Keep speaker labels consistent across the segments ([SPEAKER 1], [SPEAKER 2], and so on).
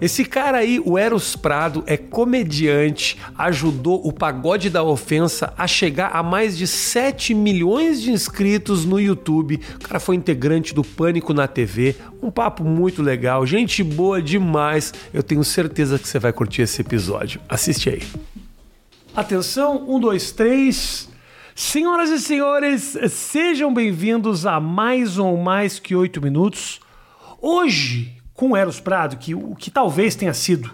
[SPEAKER 1] Esse cara aí, o Eros Prado, é comediante, ajudou o Pagode da Ofensa a chegar a mais de 7 milhões de inscritos no YouTube. O cara foi integrante do Pânico na TV. Um papo muito legal, gente boa demais. Eu tenho certeza que você vai curtir esse episódio. Assiste aí. Atenção, um, dois, três. Senhoras e senhores, sejam bem-vindos a mais ou mais que oito minutos. Hoje, com o Eros Prado, que o que talvez tenha sido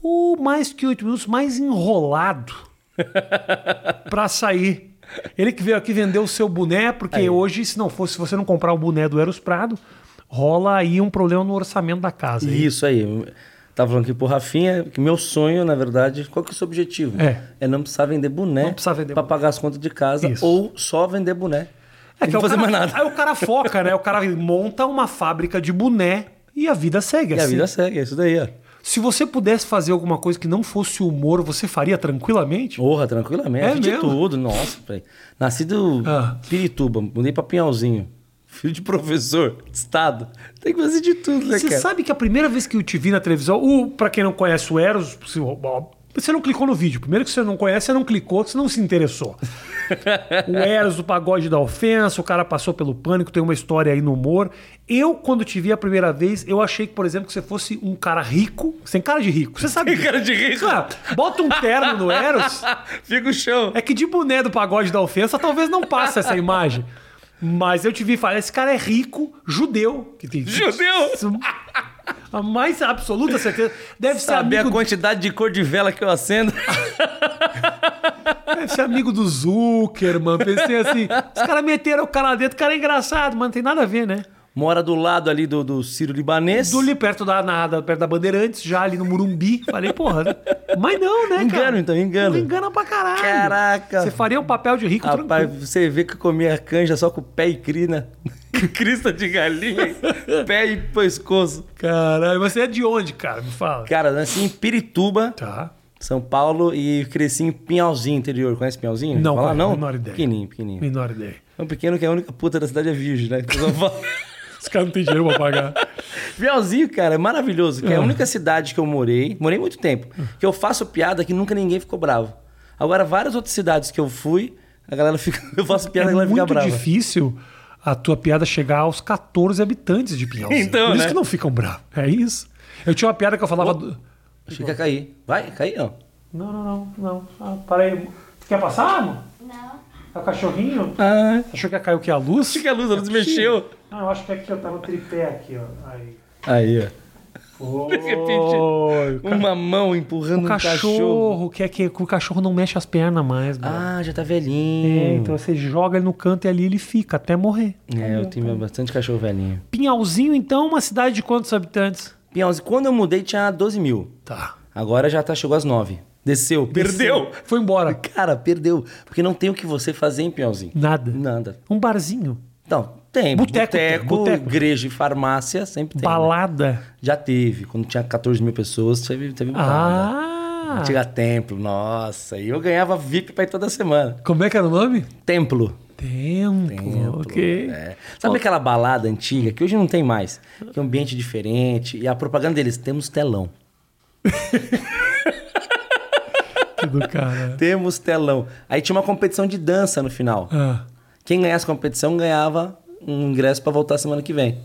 [SPEAKER 1] o mais que oito minutos mais enrolado para sair. Ele que veio aqui vender o seu boné, porque hoje, se não fosse, se você não comprar o boné do Eros Prado, rola aí um problema no orçamento da casa. hein?
[SPEAKER 2] Isso aí. Eu Tava falando aqui pro Rafinha que meu sonho, na verdade, qual que é o seu objetivo?
[SPEAKER 1] É.
[SPEAKER 2] não precisar vender boné
[SPEAKER 1] Não precisar vender
[SPEAKER 2] pra
[SPEAKER 1] boné.
[SPEAKER 2] pagar as contas de casa
[SPEAKER 1] Isso.
[SPEAKER 2] ou só vender boné.
[SPEAKER 1] É
[SPEAKER 2] não
[SPEAKER 1] o
[SPEAKER 2] fazer
[SPEAKER 1] cara-
[SPEAKER 2] mais nada.
[SPEAKER 1] Aí o cara foca, né? O cara monta uma fábrica de boné e a vida segue
[SPEAKER 2] E a
[SPEAKER 1] assim.
[SPEAKER 2] vida segue, é isso daí, ó.
[SPEAKER 1] Se você pudesse fazer alguma coisa que não fosse humor, você faria tranquilamente?
[SPEAKER 2] Porra, tranquilamente.
[SPEAKER 1] É
[SPEAKER 2] fiz de
[SPEAKER 1] mesmo?
[SPEAKER 2] tudo, nossa, velho. Nascido
[SPEAKER 1] Ah.
[SPEAKER 2] Pirituba, mudei pra Pinhalzinho. Filho de professor, de estado. Tem que fazer de tudo, né,
[SPEAKER 1] Você
[SPEAKER 2] cara?
[SPEAKER 1] sabe que a primeira vez que eu te vi na televisão, o para quem não conhece o Eros, se- ó, você não clicou no vídeo. Primeiro que você não conhece, você não clicou, você não se interessou. o Eros, o pagode da ofensa, o cara passou pelo pânico, tem uma história aí no humor. Eu, quando te vi a primeira vez, eu achei que, por exemplo, que você fosse um cara rico, sem cara de rico. Você sabe. Sem
[SPEAKER 2] cara de rico.
[SPEAKER 1] bota um terno no Eros.
[SPEAKER 2] Fica o chão.
[SPEAKER 1] É que de boné do pagode da ofensa talvez não passe essa imagem. Mas eu te vi falar, esse cara é rico, judeu. Que tem
[SPEAKER 2] Judeu?
[SPEAKER 1] A mais absoluta certeza. Deve ser,
[SPEAKER 2] Saber a
[SPEAKER 1] é amigo, Ah.
[SPEAKER 2] quantidade de cor de vela que eu acendo.
[SPEAKER 1] deve ser amigo do Zuckerman. Pensei assim, os caras meteram o cara lá dentro, o cara é engraçado, mas não tem nada a ver, né?
[SPEAKER 2] Mora do lado ali do, do Ciro Libanês.
[SPEAKER 1] Do ali perto da, na- da- perto da Bandeirantes, já ali no Murumbi. Falei, porra. né? Mas não, né, cara?
[SPEAKER 2] Engano, então, engano.
[SPEAKER 1] Engana pra caralho.
[SPEAKER 2] Caraca.
[SPEAKER 1] Você faria um papel de rico
[SPEAKER 2] Rapaz,
[SPEAKER 1] tranquilo.
[SPEAKER 2] você vê que eu comia canja só com pé e né? crina. Crista de galinha, pé e pescoço.
[SPEAKER 1] Caralho, você é de onde, cara? Me fala.
[SPEAKER 2] Cara, eu nasci em Pirituba,
[SPEAKER 1] Tá.
[SPEAKER 2] São Paulo, e cresci em Pinhalzinho, interior. Conhece Pinhalzinho?
[SPEAKER 1] Não,
[SPEAKER 2] Fala,
[SPEAKER 1] cara,
[SPEAKER 2] não?
[SPEAKER 1] menor ideia.
[SPEAKER 2] Pequenininho, pequenininho.
[SPEAKER 1] Menor ideia.
[SPEAKER 2] É um pequeno que a única puta da cidade é virgem, né? Que o pessoal fala.
[SPEAKER 1] Os caras não têm dinheiro pra pagar.
[SPEAKER 2] Pinhalzinho, cara, é maravilhoso. Que é a
[SPEAKER 1] Ah.
[SPEAKER 2] única cidade que eu morei, morei muito tempo, que eu faço piada que nunca ninguém ficou bravo. Agora, várias outras cidades que eu fui, a galera fica. Eu faço piada e a
[SPEAKER 1] é
[SPEAKER 2] galera fica
[SPEAKER 1] muito
[SPEAKER 2] brava.
[SPEAKER 1] difícil a tua piada chegar aos 14 habitantes de Pinhalzinho.
[SPEAKER 2] Então,
[SPEAKER 1] Por isso
[SPEAKER 2] né?
[SPEAKER 1] que não ficam bravos. É isso. Eu tinha uma piada que eu falava... do-
[SPEAKER 2] Acho que ia cair. Vai, cair não.
[SPEAKER 1] Não, não, não. não. Ah, para aí. Tu quer passar, amor?
[SPEAKER 3] Não.
[SPEAKER 1] É o cachorrinho?
[SPEAKER 2] Ah,
[SPEAKER 1] Achou que ia cair o que? A luz?
[SPEAKER 2] É que a luz, a luz mexeu.
[SPEAKER 1] Não, eu acho que aqui eu tava no tripé aqui, ó. Aí.
[SPEAKER 2] Aí, ó.
[SPEAKER 1] Foi.
[SPEAKER 2] repente, Uma mão empurrando
[SPEAKER 1] O
[SPEAKER 2] um
[SPEAKER 1] cachorro,
[SPEAKER 2] cachorro.
[SPEAKER 1] que é que o cachorro não mexe as pernas mais, mano.
[SPEAKER 2] Ah, já tá
[SPEAKER 1] É,
[SPEAKER 2] velhinho.
[SPEAKER 1] então você joga ele no canto e ali ele fica até morrer.
[SPEAKER 2] É, eu tenho bastante cachorro velhinho.
[SPEAKER 1] Pinhalzinho, então, é uma cidade de quantos habitantes?
[SPEAKER 2] Pinhalzinho, quando eu mudei tinha 12 mil.
[SPEAKER 1] Tá.
[SPEAKER 2] Agora já tá, chegou às 9. Desceu. Perdeu.
[SPEAKER 1] Foi embora.
[SPEAKER 2] Cara, perdeu. Porque não tem o que você fazer em Pinhalzinho.
[SPEAKER 1] Nada.
[SPEAKER 2] Nada.
[SPEAKER 1] Um barzinho.
[SPEAKER 2] Não, tem.
[SPEAKER 1] Boteco tem, boteco.
[SPEAKER 2] igreja e farmácia sempre tem. né? né?
[SPEAKER 1] Balada.
[SPEAKER 2] Já teve. Quando tinha 14 mil pessoas, teve, teve balada.
[SPEAKER 1] Ah!
[SPEAKER 2] Antiga templo, nossa. E eu ganhava VIP pra ir toda semana.
[SPEAKER 1] Como é que era o nome?
[SPEAKER 2] Templo.
[SPEAKER 1] Tempo.
[SPEAKER 2] Templo,
[SPEAKER 1] Ok.
[SPEAKER 2] é. Sabe aquela balada antiga que hoje não tem mais? Que é um ambiente diferente. E a propaganda deles, temos telão.
[SPEAKER 1] Que do cara.
[SPEAKER 2] Temos telão. Aí tinha uma competição de dança no final.
[SPEAKER 1] Ah,
[SPEAKER 2] Quem ganhasse a competição ganhava um ingresso pra voltar semana que vem.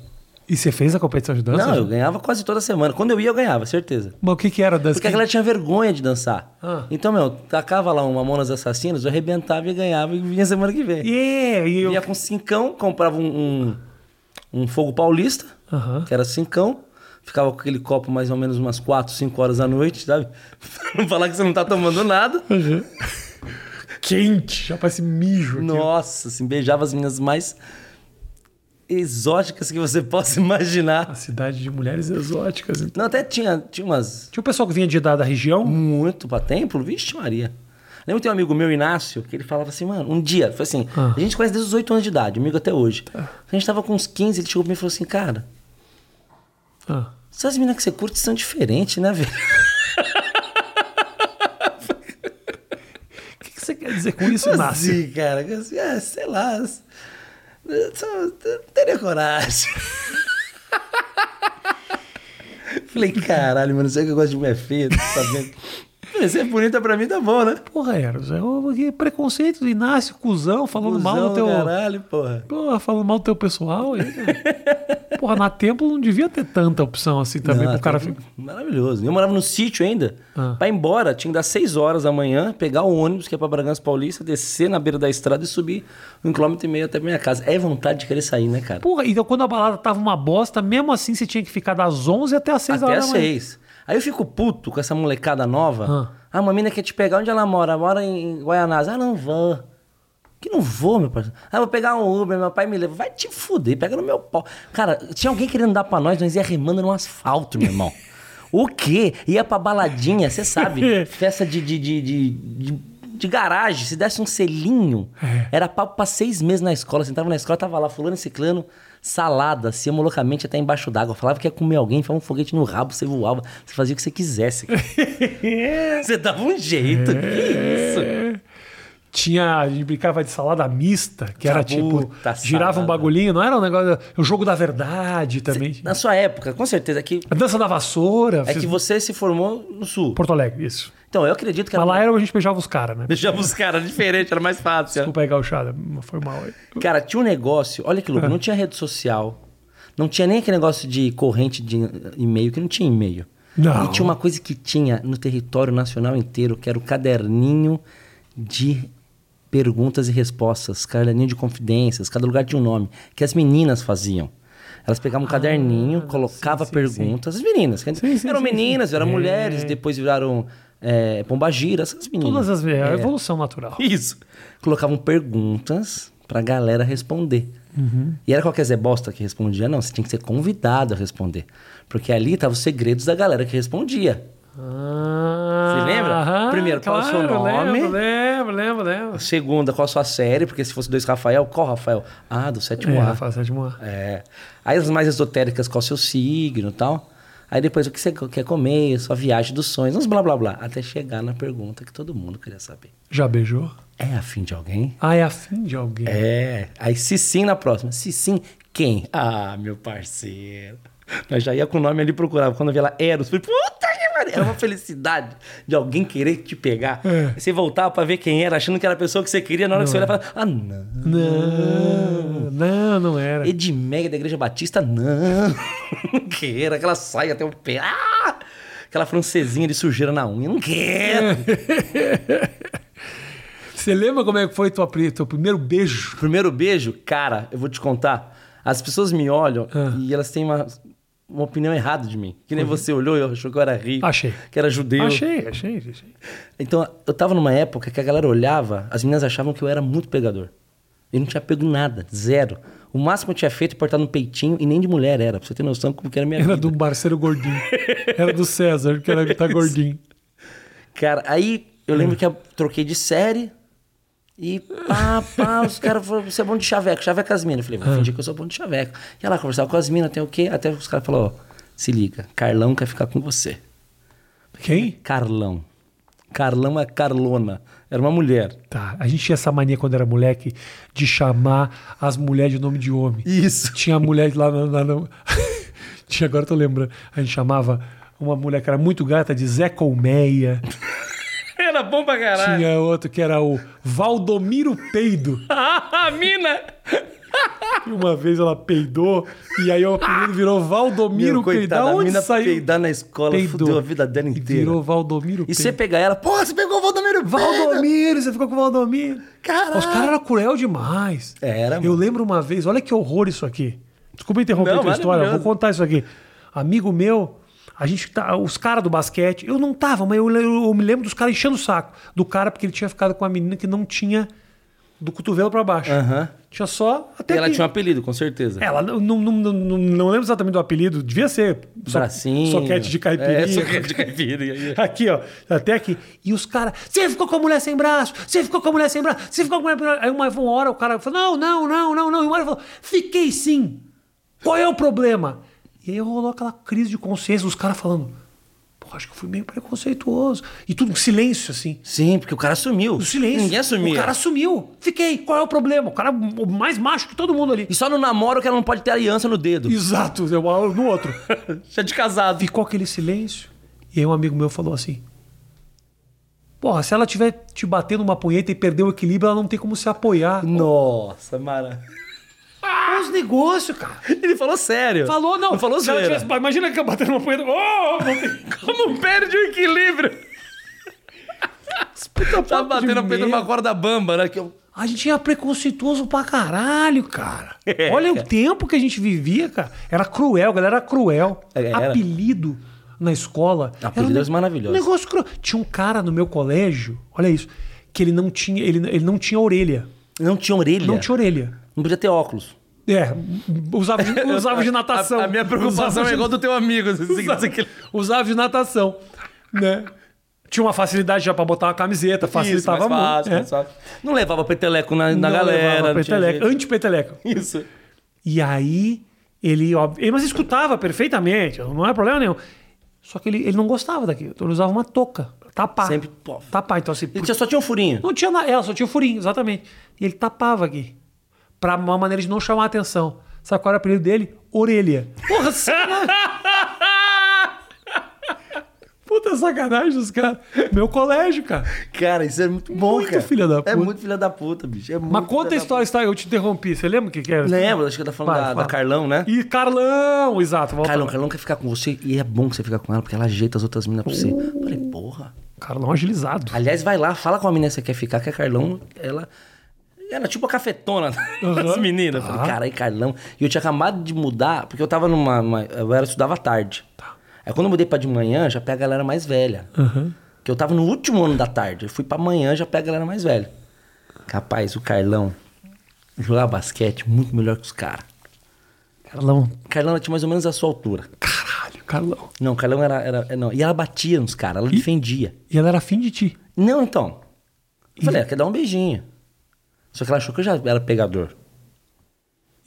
[SPEAKER 1] E você fez a competição de dança?
[SPEAKER 2] não, eu ganhava quase toda semana. Quando eu ia, eu ganhava, certeza.
[SPEAKER 1] Mas o que, que era a dança?
[SPEAKER 2] Porque a galera tinha vergonha de dançar.
[SPEAKER 1] Ah.
[SPEAKER 2] Então, meu, tacava lá uma Mamonas Assassinas, eu arrebentava e ganhava e vinha semana que vem.
[SPEAKER 1] Yeah, e eu...
[SPEAKER 2] Vinha com cincão, comprava um, um, um fogo paulista,
[SPEAKER 1] Aham.
[SPEAKER 2] que era cincão. Ficava com aquele copo mais ou menos umas 4, 5 horas da noite, sabe? Pra não falar que você não tá tomando nada.
[SPEAKER 1] Quente. Já parece mijo. aqui.
[SPEAKER 2] Nossa, assim, beijava as meninas mais exóticas que você possa
[SPEAKER 1] A
[SPEAKER 2] imaginar.
[SPEAKER 1] cidade de mulheres exóticas. Tinha
[SPEAKER 2] Não, até tinha, tinha umas
[SPEAKER 1] o pessoal que vinha de da, da região.
[SPEAKER 2] muito pra templo, vixe Maria. Lembro que tem um amigo meu, Inácio, que ele falava assim, mano, um dia, foi assim,
[SPEAKER 1] Ah.
[SPEAKER 2] a gente quase desde os 8 anos de idade, amigo até hoje. A gente tava com uns 15, ele chegou pra mim e falou assim, cara, Hum.
[SPEAKER 1] Ah.
[SPEAKER 2] essas meninas que você curte são diferentes, né, velho?
[SPEAKER 1] O que, que você quer dizer com isso,
[SPEAKER 2] Como
[SPEAKER 1] Inácio?
[SPEAKER 2] assim, cara, Eu assim, ah, sei lá, eu só- eu não teria coragem. Falei, caralho, mano, sei que eu gosto de mulher feia, tu tá vendo? Falei, Você é bonita pra mim, tá bom, né?
[SPEAKER 1] Porra, Eros, é o- que preconceito, Inácio, cuzão, falando mal
[SPEAKER 2] Cusão,
[SPEAKER 1] do teu.
[SPEAKER 2] Caralho, porra.
[SPEAKER 1] Porra, falando mal do teu pessoal aí. cara. Porra, na Templo não devia ter tanta opção assim também
[SPEAKER 2] Não,
[SPEAKER 1] pro cara.
[SPEAKER 2] tá
[SPEAKER 1] ficar.
[SPEAKER 2] Maravilhoso. Eu morava no sítio ainda.
[SPEAKER 1] Ah.
[SPEAKER 2] Pra ir embora, tinha que dar 6 horas da manhã, pegar o ônibus que é pra Bragança Paulista, descer na beira da estrada e subir um quilômetro e meio até minha casa. É vontade de querer sair, né, cara?
[SPEAKER 1] Porra, então quando a balada tava uma bosta, mesmo assim você tinha que ficar das 11 até as 6
[SPEAKER 2] Até
[SPEAKER 1] horas
[SPEAKER 2] às
[SPEAKER 1] da manhã.
[SPEAKER 2] seis. Aí eu fico puto com essa molecada nova.
[SPEAKER 1] Ah.
[SPEAKER 2] Ah. uma mina quer te pegar. Onde ela mora? Mora em Guaianás. Ah, não vou. Que não vou, meu parceiro. Ah, vou pegar um Uber, meu pai me leva. Vai te fuder, pega no meu pau. Cara, tinha alguém querendo dar pra nós, nós ia remando no asfalto, meu irmão. o quê? Ia pra baladinha, você sabe. Festa de, de, de, de, de- de garagem. Se desse um selinho,
[SPEAKER 1] É.
[SPEAKER 2] era papo pra seis meses na escola. Você entrava na escola, tava lá, fulano e ciclano, salada, se amou loucamente até embaixo d'água. Falava que ia comer alguém, falava um foguete no rabo, você voava. Você fazia o que você quisesse. cara.
[SPEAKER 1] É.
[SPEAKER 2] você dava um jeito. Que isso?
[SPEAKER 1] Tinha, a gente brincava de salada mista, que era tipo,
[SPEAKER 2] Ah, Puta
[SPEAKER 1] girava um
[SPEAKER 2] salada.
[SPEAKER 1] bagulhinho, não era um negócio, o jogo da verdade também.
[SPEAKER 2] Na sua época, com certeza, é que
[SPEAKER 1] A dança da vassoura,
[SPEAKER 2] É
[SPEAKER 1] vocês-
[SPEAKER 2] que você se formou no sul.
[SPEAKER 1] Porto Alegre, isso.
[SPEAKER 2] Então, eu acredito que
[SPEAKER 1] Mas
[SPEAKER 2] era.
[SPEAKER 1] lá é- era onde a gente beijava os caras, né?
[SPEAKER 2] Deixava os caras diferente, era mais fácil.
[SPEAKER 1] Desculpa aí, gauchada, foi mal aí.
[SPEAKER 2] Cara, tinha um negócio, olha que louco, não tinha rede social. Não tinha nem aquele negócio de corrente de e-mail, que não tinha e-mail.
[SPEAKER 1] Não.
[SPEAKER 2] E tinha uma coisa que tinha no território nacional inteiro, que era o caderninho de perguntas e respostas, caderninho de confidências, cada lugar tinha um nome, que as meninas faziam. Elas pegavam um caderninho, colocavam
[SPEAKER 1] Ah, sim,
[SPEAKER 2] perguntas. As meninas, que
[SPEAKER 1] Sim, sim,
[SPEAKER 2] eram
[SPEAKER 1] sim, sim.
[SPEAKER 2] meninas, eram
[SPEAKER 1] É.
[SPEAKER 2] mulheres, depois viraram é, pombagiras, essas meninas.
[SPEAKER 1] Todas as vezes, é a
[SPEAKER 2] É.
[SPEAKER 1] evolução natural.
[SPEAKER 2] Isso. Colocavam perguntas pra galera responder. E era qualquer Zé Bosta que respondia, não. Você tinha que ser convidado a responder. Porque ali estavam os segredos da galera que respondia.
[SPEAKER 1] Ah,
[SPEAKER 2] Você lembra?
[SPEAKER 1] aham,
[SPEAKER 2] Primeiro, qual é o seu nome?
[SPEAKER 1] Lembro, lembro, lembro, lembro.
[SPEAKER 2] Segunda, qual a sua série? Porque se fosse dois Rafael, qual Rafael? Ah, do sétimo
[SPEAKER 1] É,
[SPEAKER 2] A.
[SPEAKER 1] Rafa, sétimo A.
[SPEAKER 2] É. Aí as mais esotéricas, qual o seu signo e tal. Aí depois, o que você quer comer, sua viagem dos sonhos, uns blá blá blá. Até chegar na pergunta que todo mundo queria saber.
[SPEAKER 1] Já beijou?
[SPEAKER 2] É afim de alguém?
[SPEAKER 1] Ah, é afim de alguém.
[SPEAKER 2] É. Aí se sim na próxima. Se sim, quem? Ah, meu parceiro. Nós já ia com o nome ali procurava. Quando eu vi ela Eros, falei, puta que pariu. Era uma felicidade de alguém querer te pegar.
[SPEAKER 1] É.
[SPEAKER 2] Você voltava pra ver quem era, achando que era a pessoa que você queria. Na hora que você olhava, falava, ah, não.
[SPEAKER 1] Não, não, não era.
[SPEAKER 2] Edmeg da Igreja Batista, não. Não quero. Aquela saia até o pé. Ah! Aquela francesinha de sujeira na unha. Não quero.
[SPEAKER 1] Você lembra como é que foi tua, pri- teu primeiro beijo?
[SPEAKER 2] Primeiro beijo, cara, eu vou te contar. As pessoas me olham
[SPEAKER 1] Ah.
[SPEAKER 2] e elas têm uma, uma opinião errada de mim. Que nem você olhou e achou que eu era rico.
[SPEAKER 1] Achei.
[SPEAKER 2] Que era judeu.
[SPEAKER 1] Achei, achei, achei.
[SPEAKER 2] Então, eu tava numa época que a galera olhava, as meninas achavam que eu era muito pegador. Eu não tinha pego nada, zero. O máximo que eu tinha feito é portar no peitinho e nem de mulher era, pra você ter noção como que era a minha
[SPEAKER 1] Era
[SPEAKER 2] vida.
[SPEAKER 1] do parceiro gordinho. Era do César, que era tá gordinho.
[SPEAKER 2] Cara, aí eu
[SPEAKER 1] Hum.
[SPEAKER 2] lembro que eu troquei de série e pá, pá, os caras falaram, você é bom de chaveco, chaveco as minas. Eu falei,
[SPEAKER 1] Ah.
[SPEAKER 2] vou fingir que eu sou bom de chaveco. E ela conversava com as minas, tem o quê? Até os caras falaram, ó, se liga, Carlão quer ficar com você.
[SPEAKER 1] Quem?
[SPEAKER 2] Carlão. Carlão é Carlona. Era uma mulher.
[SPEAKER 1] Tá, a gente tinha essa mania quando era moleque de chamar as mulheres de nome de homem.
[SPEAKER 2] Isso.
[SPEAKER 1] Tinha mulher lá na. na- na- Tinha, agora eu tô lembrando. A gente chamava uma mulher que era muito gata de Zé Colmeia.
[SPEAKER 2] Era bom pra caralho.
[SPEAKER 1] Tinha outro que era o Valdomiro Peido.
[SPEAKER 2] a mina!
[SPEAKER 1] E uma vez ela peidou e aí o apelido virou Valdomiro
[SPEAKER 2] Meu, coitada,
[SPEAKER 1] Peidar.
[SPEAKER 2] a
[SPEAKER 1] Onde
[SPEAKER 2] mina
[SPEAKER 1] saiu?
[SPEAKER 2] peidar na escola, fudeu a vida dela
[SPEAKER 1] E
[SPEAKER 2] inteira.
[SPEAKER 1] Virou Valdomiro
[SPEAKER 2] E
[SPEAKER 1] Peido.
[SPEAKER 2] você pegar ela, porra, você pegou o Valdomiro Valdomiro!
[SPEAKER 1] Valdomiro, você ficou com o Valdomiro.
[SPEAKER 2] Caralho.
[SPEAKER 1] Os caras eram cruel demais.
[SPEAKER 2] Era,
[SPEAKER 1] Eu
[SPEAKER 2] mano.
[SPEAKER 1] lembro uma vez, olha que horror isso aqui. Desculpa interromper
[SPEAKER 2] Não,
[SPEAKER 1] a tua história, eu vou
[SPEAKER 2] maravilhoso.
[SPEAKER 1] contar isso aqui. Amigo meu, a gente tá, os caras do basquete, eu não tava, mas eu, le- eu me lembro dos caras enchendo o saco do cara porque ele tinha ficado com uma menina que não tinha do cotovelo pra baixo.
[SPEAKER 2] Aham.
[SPEAKER 1] Tinha só
[SPEAKER 2] E
[SPEAKER 1] até
[SPEAKER 2] ela
[SPEAKER 1] aqui.
[SPEAKER 2] tinha um apelido, com certeza.
[SPEAKER 1] Ela não, não, não, não, não lembro exatamente do apelido, devia ser so-
[SPEAKER 2] Um Bracinho.
[SPEAKER 1] soquete de caipirinha.
[SPEAKER 2] É, soquete de caipirinha.
[SPEAKER 1] Aqui, ó, até aqui. E os caras, você ficou com a mulher sem braço, você ficou com a mulher sem braço, você ficou com a mulher. sem braço." Aí uma, uma hora o cara falou: não, não, não, não, não. E uma hora falou: fiquei sim. Qual é o problema? E aí rolou aquela crise de consciência, os caras falando: "Pô, Pô, acho que eu fui meio preconceituoso. E tudo em silêncio, assim.
[SPEAKER 2] Sim, porque o cara sumiu.
[SPEAKER 1] No silêncio.
[SPEAKER 2] Ninguém assumia.
[SPEAKER 1] O cara sumiu. Fiquei. Qual é o problema? O cara é mais macho que todo mundo ali.
[SPEAKER 2] E só no namoro que ela não pode ter aliança no dedo.
[SPEAKER 1] Exato, é uma no outro.
[SPEAKER 2] Já de casado.
[SPEAKER 1] Ficou aquele silêncio. E aí um amigo meu falou assim: Porra, se ela tiver te batendo uma punheta e perder o equilíbrio, ela não tem como se apoiar.
[SPEAKER 2] Nossa, Mara.
[SPEAKER 1] É uns negócios, cara.
[SPEAKER 2] Ele falou sério.
[SPEAKER 1] Falou, não.
[SPEAKER 2] falou
[SPEAKER 1] se ela
[SPEAKER 2] zoeira.
[SPEAKER 1] tivesse, Imagina que eu batendo uma punheta. Oh, não tem- como perde o equilíbrio?
[SPEAKER 2] Tá batendo
[SPEAKER 1] de
[SPEAKER 2] a pedra
[SPEAKER 1] medo.
[SPEAKER 2] numa corda bamba, né? Que eu...
[SPEAKER 1] A gente era preconceituoso pra caralho, cara. Olha o tempo que a gente vivia, cara. Era cruel, a galera era cruel.
[SPEAKER 2] É, Era.
[SPEAKER 1] Apelido na escola.
[SPEAKER 2] Apelidos
[SPEAKER 1] Era um ne-
[SPEAKER 2] maravilhosos.
[SPEAKER 1] Negócio cruel. Tinha um cara no meu colégio, olha isso, que ele não tinha, ele, ele não tinha orelha.
[SPEAKER 2] Não tinha orelha.
[SPEAKER 1] Não tinha orelha.
[SPEAKER 2] Não podia ter óculos.
[SPEAKER 1] É, usava de, usava de natação.
[SPEAKER 2] A, a minha preocupação
[SPEAKER 1] Usava
[SPEAKER 2] é
[SPEAKER 1] de-
[SPEAKER 2] igual do teu amigo. assim, assim, que-
[SPEAKER 1] usava de natação, né? Tinha uma facilidade já pra botar uma camiseta,
[SPEAKER 2] Isso,
[SPEAKER 1] facilitava
[SPEAKER 2] mais fácil,
[SPEAKER 1] muito. é.
[SPEAKER 2] mais fácil. é. Não levava peteleco na, na galera. não tinha
[SPEAKER 1] Peteleca,
[SPEAKER 2] jeito.
[SPEAKER 1] anti-peteleca.
[SPEAKER 2] Isso.
[SPEAKER 1] E aí ele, ó, ele mas escutava perfeitamente, não é problema nenhum. Só que ele, ele não gostava daquilo. Então ele usava uma touca, pra tapar.
[SPEAKER 2] Sempre, pô.
[SPEAKER 1] Tapar, então assim,
[SPEAKER 2] Ele tinha- só tinha um furinho.
[SPEAKER 1] não tinha na ela, só tinha o furinho, exatamente. E ele tapava aqui. Pra uma maneira de não chamar a atenção. Sabe qual era o apelido dele? Orelha. Porra, sacanagem. Puta sacanagem dos caras. Meu colégio, cara.
[SPEAKER 2] Cara, isso é muito bom,
[SPEAKER 1] Muito
[SPEAKER 2] cara.
[SPEAKER 1] filha da
[SPEAKER 2] É
[SPEAKER 1] puta.
[SPEAKER 2] muito filha da puta, bicho. É
[SPEAKER 1] Mas
[SPEAKER 2] muito
[SPEAKER 1] conta a
[SPEAKER 2] filha da
[SPEAKER 1] história, história, eu te interrompi. Você lembra o que, que era?
[SPEAKER 2] puta. Lembra? Acho que eu tava falando
[SPEAKER 1] Vai,
[SPEAKER 2] da,
[SPEAKER 1] fala.
[SPEAKER 2] da Carlão, né?
[SPEAKER 1] E Carlão, exato. volta.
[SPEAKER 2] Carlão, Carlão um quer ficar com você e é bom que você ficar com ela, porque ela ajeita as outras meninas pra você. Eu Falei, porra.
[SPEAKER 1] Carlão agilizado.
[SPEAKER 2] Aliás, vai lá, fala com a menina que você quer ficar, que a Carlão, ela. Era tipo a cafetona das meninas. Eu Falei, cara, aí Carlão. E eu tinha acabado de mudar, porque eu tava numa. uma- eu era, estudava à tarde. Aí quando eu mudei pra de manhã, já pega a galera mais velha. Que eu tava no último ano da tarde. Eu fui pra manhã, já pega a galera mais velha. Capaz, o Carlão jogava basquete muito melhor que os caras.
[SPEAKER 1] Carlão.
[SPEAKER 2] Carlão ela tinha mais ou menos a sua altura.
[SPEAKER 1] Caralho, Carlão.
[SPEAKER 2] Não, o Carlão era. era é, não. E ela batia nos caras, ela defendia.
[SPEAKER 1] E ela era afim de ti.
[SPEAKER 2] Não, então. Eu falei, ela quer dar um beijinho. Só que ela achou que eu já era pegador.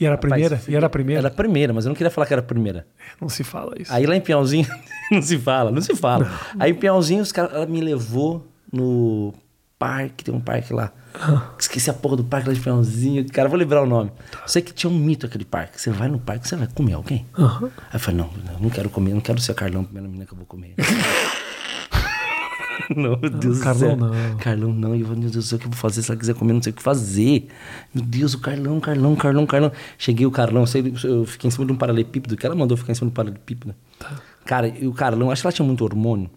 [SPEAKER 1] E era a primeira?
[SPEAKER 2] Rapaz,
[SPEAKER 1] e era a primeira?
[SPEAKER 2] Era a primeira, mas eu não queria falar que era a primeira.
[SPEAKER 1] Não se fala isso.
[SPEAKER 2] Aí lá em Pinhalzinho, não se fala, não se fala. Aí em Pinhalzinho, os caras, ela me levou no parque, tem um parque lá. Esqueci a porra do parque lá de Pinhalzinho. Cara, eu vou lembrar o nome. Sei que tinha um mito aquele parque. Você vai no parque, você vai comer alguém. Aí eu falei, não, não, eu não quero comer, não quero ser o Carlão, a primeira menina que eu vou comer. Não, meu Deus do
[SPEAKER 1] Carlão
[SPEAKER 2] céu.
[SPEAKER 1] não.
[SPEAKER 2] Carlão não. E eu falei, meu Deus do céu, o que eu vou fazer? Se ela quiser comer, eu não sei o que fazer. Meu Deus, o Carlão, Carlão, Carlão, Carlão. Cheguei o Carlão, eu sei- eu fiquei em cima de um paralelepípedo, que ela mandou eu ficar em cima do paralelepípedo. né?
[SPEAKER 1] Tá.
[SPEAKER 2] Cara, e o Carlão, acho que ela tinha muito hormônio.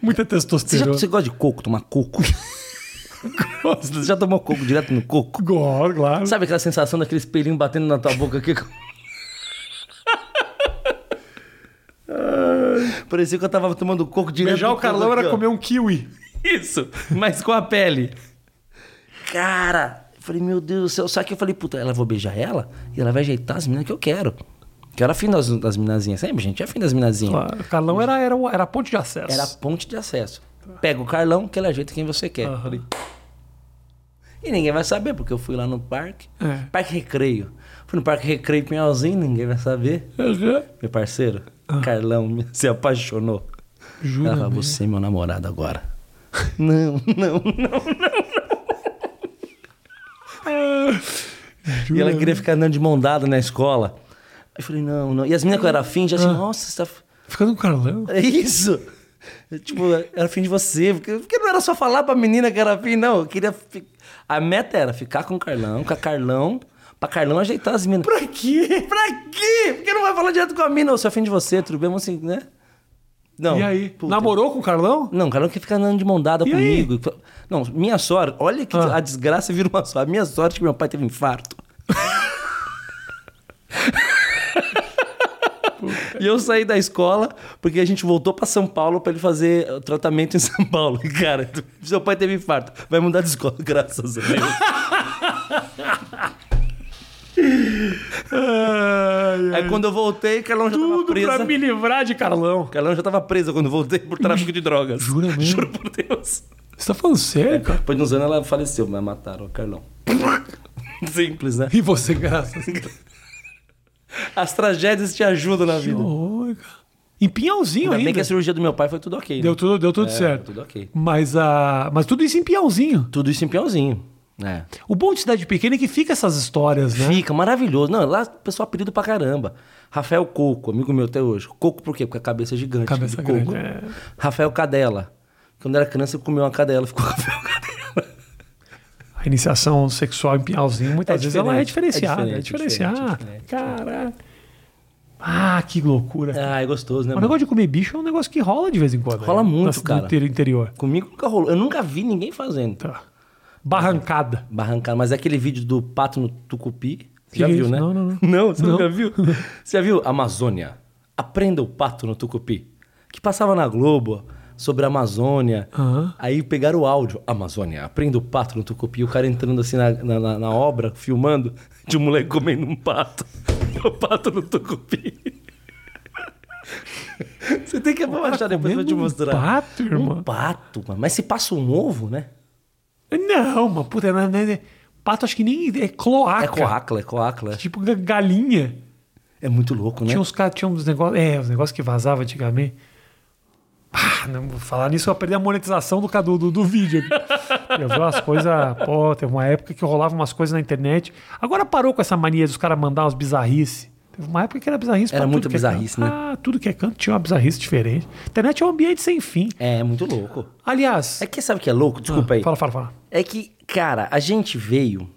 [SPEAKER 1] Muita
[SPEAKER 2] Você, já,
[SPEAKER 1] testosterona.
[SPEAKER 2] você gosta de coco, tomar coco? você já tomou coco direto no coco?
[SPEAKER 1] Claro, claro.
[SPEAKER 2] Sabe aquela sensação daquele espelhinho batendo na tua boca aqui? Parecia que eu tava tomando coco direto
[SPEAKER 1] Beijar
[SPEAKER 2] no
[SPEAKER 1] o Carlão
[SPEAKER 2] coco aqui,
[SPEAKER 1] era
[SPEAKER 2] ó.
[SPEAKER 1] comer um kiwi.
[SPEAKER 2] Isso, mas com a pele. Cara, eu falei, meu Deus do céu. Só que eu falei, puta, ela eu vou beijar ela e ela vai ajeitar as meninas que eu quero. Que eu era afim das, das minazinhas. Sempre, gente, é afim das minazinhas.
[SPEAKER 1] Claro, o Carlão era, era, o- era a ponte de acesso.
[SPEAKER 2] Era a ponte de acesso. Pega o Carlão, que ele ajeita quem você quer.
[SPEAKER 1] Aham.
[SPEAKER 2] Falei, e ninguém vai saber, porque eu fui lá no parque.
[SPEAKER 1] É.
[SPEAKER 2] Parque Recreio. Fui no Parque Recreio Pinhalzinho, ninguém vai saber.
[SPEAKER 1] Aham.
[SPEAKER 2] Meu parceiro, Carlão me- se apaixonou.
[SPEAKER 1] Ah. Jura,
[SPEAKER 2] Ela falou, você é meu namorado agora. não, não,
[SPEAKER 1] Ah,
[SPEAKER 2] E ela queria ficar andando de mão dada na escola. Aí eu falei, não, não. E as meninas que eu
[SPEAKER 1] Ah.
[SPEAKER 2] era afim, já assim, nossa, você tá... f-
[SPEAKER 1] Ficando com o Carlão?
[SPEAKER 2] É isso! Eu, tipo, era afim de você. Porque, porque não era só falar pra menina que era afim, não. Eu queria... fi- A meta era ficar com o Carlão, com a Carlão, pra Carlão ajeitar as minas. Pra quê? Pra quê? Porque não vai falar direto com a mina. Eu sou afim de você, tudo bem? Vamos assim, né? Não.
[SPEAKER 1] e aí?
[SPEAKER 2] Puta.
[SPEAKER 1] Namorou com o Carlão?
[SPEAKER 2] Não, o Carlão quer ficar andando de mão dada
[SPEAKER 1] E
[SPEAKER 2] comigo. Não, minha sorte... Olha que
[SPEAKER 1] Ah.
[SPEAKER 2] a desgraça vira uma sorte. A minha sorte é que meu pai teve infarto. E eu saí da escola porque a gente voltou pra São Paulo pra ele fazer eh, tratamento em São Paulo. E, Cara, seu pai teve infarto. Vai mudar de escola, graças a Deus. Aí quando eu voltei, o Carlão já tava
[SPEAKER 1] Tudo pra
[SPEAKER 2] preso.
[SPEAKER 1] me livrar de Carlão.
[SPEAKER 2] O Carlão já tava preso quando eu voltei por tráfico de drogas.
[SPEAKER 1] Jura mesmo?
[SPEAKER 2] Juro por Deus.
[SPEAKER 1] Você tá falando sério, cara?
[SPEAKER 2] Depois de uns anos ela faleceu, mas mataram o Carlão. Simples, né?
[SPEAKER 1] E você, graças a Deus.
[SPEAKER 2] As tragédias te ajudam na
[SPEAKER 1] Que
[SPEAKER 2] vida.
[SPEAKER 1] horror, cara. Em Pinhalzinho
[SPEAKER 2] Ainda
[SPEAKER 1] ainda.
[SPEAKER 2] bem que a cirurgia do meu pai foi tudo ok. né?
[SPEAKER 1] Deu tudo, deu tudo
[SPEAKER 2] É,
[SPEAKER 1] certo.
[SPEAKER 2] tudo ok.
[SPEAKER 1] Mas, a... Mas tudo isso em Pinhalzinho.
[SPEAKER 2] Tudo isso em peãozinho. né?
[SPEAKER 1] O bom de cidade pequena é que fica essas histórias, né?
[SPEAKER 2] Fica maravilhoso. Não, lá o pessoal apelido pra caramba. Rafael Coco, amigo meu até hoje. Coco por quê? Porque a cabeça é gigante.
[SPEAKER 1] Cabeça
[SPEAKER 2] de
[SPEAKER 1] grande,
[SPEAKER 2] coco.
[SPEAKER 1] é.
[SPEAKER 2] Rafael Cadela. Quando era criança, eu comia uma cadela, ficou Rafael Cadela.
[SPEAKER 1] A iniciação sexual em Pinhalzinho, muitas
[SPEAKER 2] É
[SPEAKER 1] vezes ela é
[SPEAKER 2] diferente, é
[SPEAKER 1] diferenciada. É
[SPEAKER 2] diferente, é
[SPEAKER 1] diferenciada.
[SPEAKER 2] diferente,
[SPEAKER 1] Caraca. Ah, que loucura.
[SPEAKER 2] Ah, é gostoso, né?
[SPEAKER 1] O
[SPEAKER 2] mano?
[SPEAKER 1] negócio de comer bicho é um negócio que rola de vez em quando.
[SPEAKER 2] Rola
[SPEAKER 1] né?
[SPEAKER 2] muito,
[SPEAKER 1] Nas-
[SPEAKER 2] cara.
[SPEAKER 1] No interior- interior.
[SPEAKER 2] Comigo nunca rolou. Eu nunca vi ninguém fazendo.
[SPEAKER 1] Tá. Barrancada.
[SPEAKER 2] Barrancada. Mas é aquele vídeo do pato no tucupi. Você
[SPEAKER 1] Que
[SPEAKER 2] já
[SPEAKER 1] isso?
[SPEAKER 2] viu, né?
[SPEAKER 1] Não, não, não.
[SPEAKER 2] Não, você
[SPEAKER 1] Não.
[SPEAKER 2] nunca viu? Você já viu? Amazônia. Aprenda o pato no tucupi. Que passava na Globo sobre a Amazônia.
[SPEAKER 1] Aham.
[SPEAKER 2] Aí pegaram o áudio. Amazônia, aprenda o pato no tucupi. O cara entrando assim na, na, na- na obra, filmando, de um moleque comendo um pato. O pato no tucupi. Você tem que achar depois pra eu te
[SPEAKER 1] comendo um
[SPEAKER 2] mostrar.
[SPEAKER 1] pato, irmão?
[SPEAKER 2] Um pato, mano. Mas se passa um ovo, né?
[SPEAKER 1] Não, mas puta, não, não, não. pato acho que nem é cloaca.
[SPEAKER 2] É coacla, é coacla.
[SPEAKER 1] Tipo ga- galinha.
[SPEAKER 2] É muito louco, né?
[SPEAKER 1] Tinha uns caras, tinha uns negócios. É, os negócios que vazavam antigamente. Ah, não vou falar nisso, eu perdi a monetização do, ca- do, do, do vídeo. aqui. Eu vi umas coisas. Pô, teve uma época que rolava umas coisas na internet. Agora parou com essa mania dos caras mandar umas bizarrices. Teve uma época que era bizarrice
[SPEAKER 2] Era
[SPEAKER 1] pra
[SPEAKER 2] muita
[SPEAKER 1] tudo que é canto.
[SPEAKER 2] bizarrice, né?
[SPEAKER 1] Ah, tudo que é canto tinha uma bizarrice diferente. Internet é um ambiente sem fim.
[SPEAKER 2] É, é muito louco.
[SPEAKER 1] Aliás.
[SPEAKER 2] É que sabe o que é louco? Desculpa aí.
[SPEAKER 1] Ah, Fala, fala, fala.
[SPEAKER 2] É que, cara, a gente veio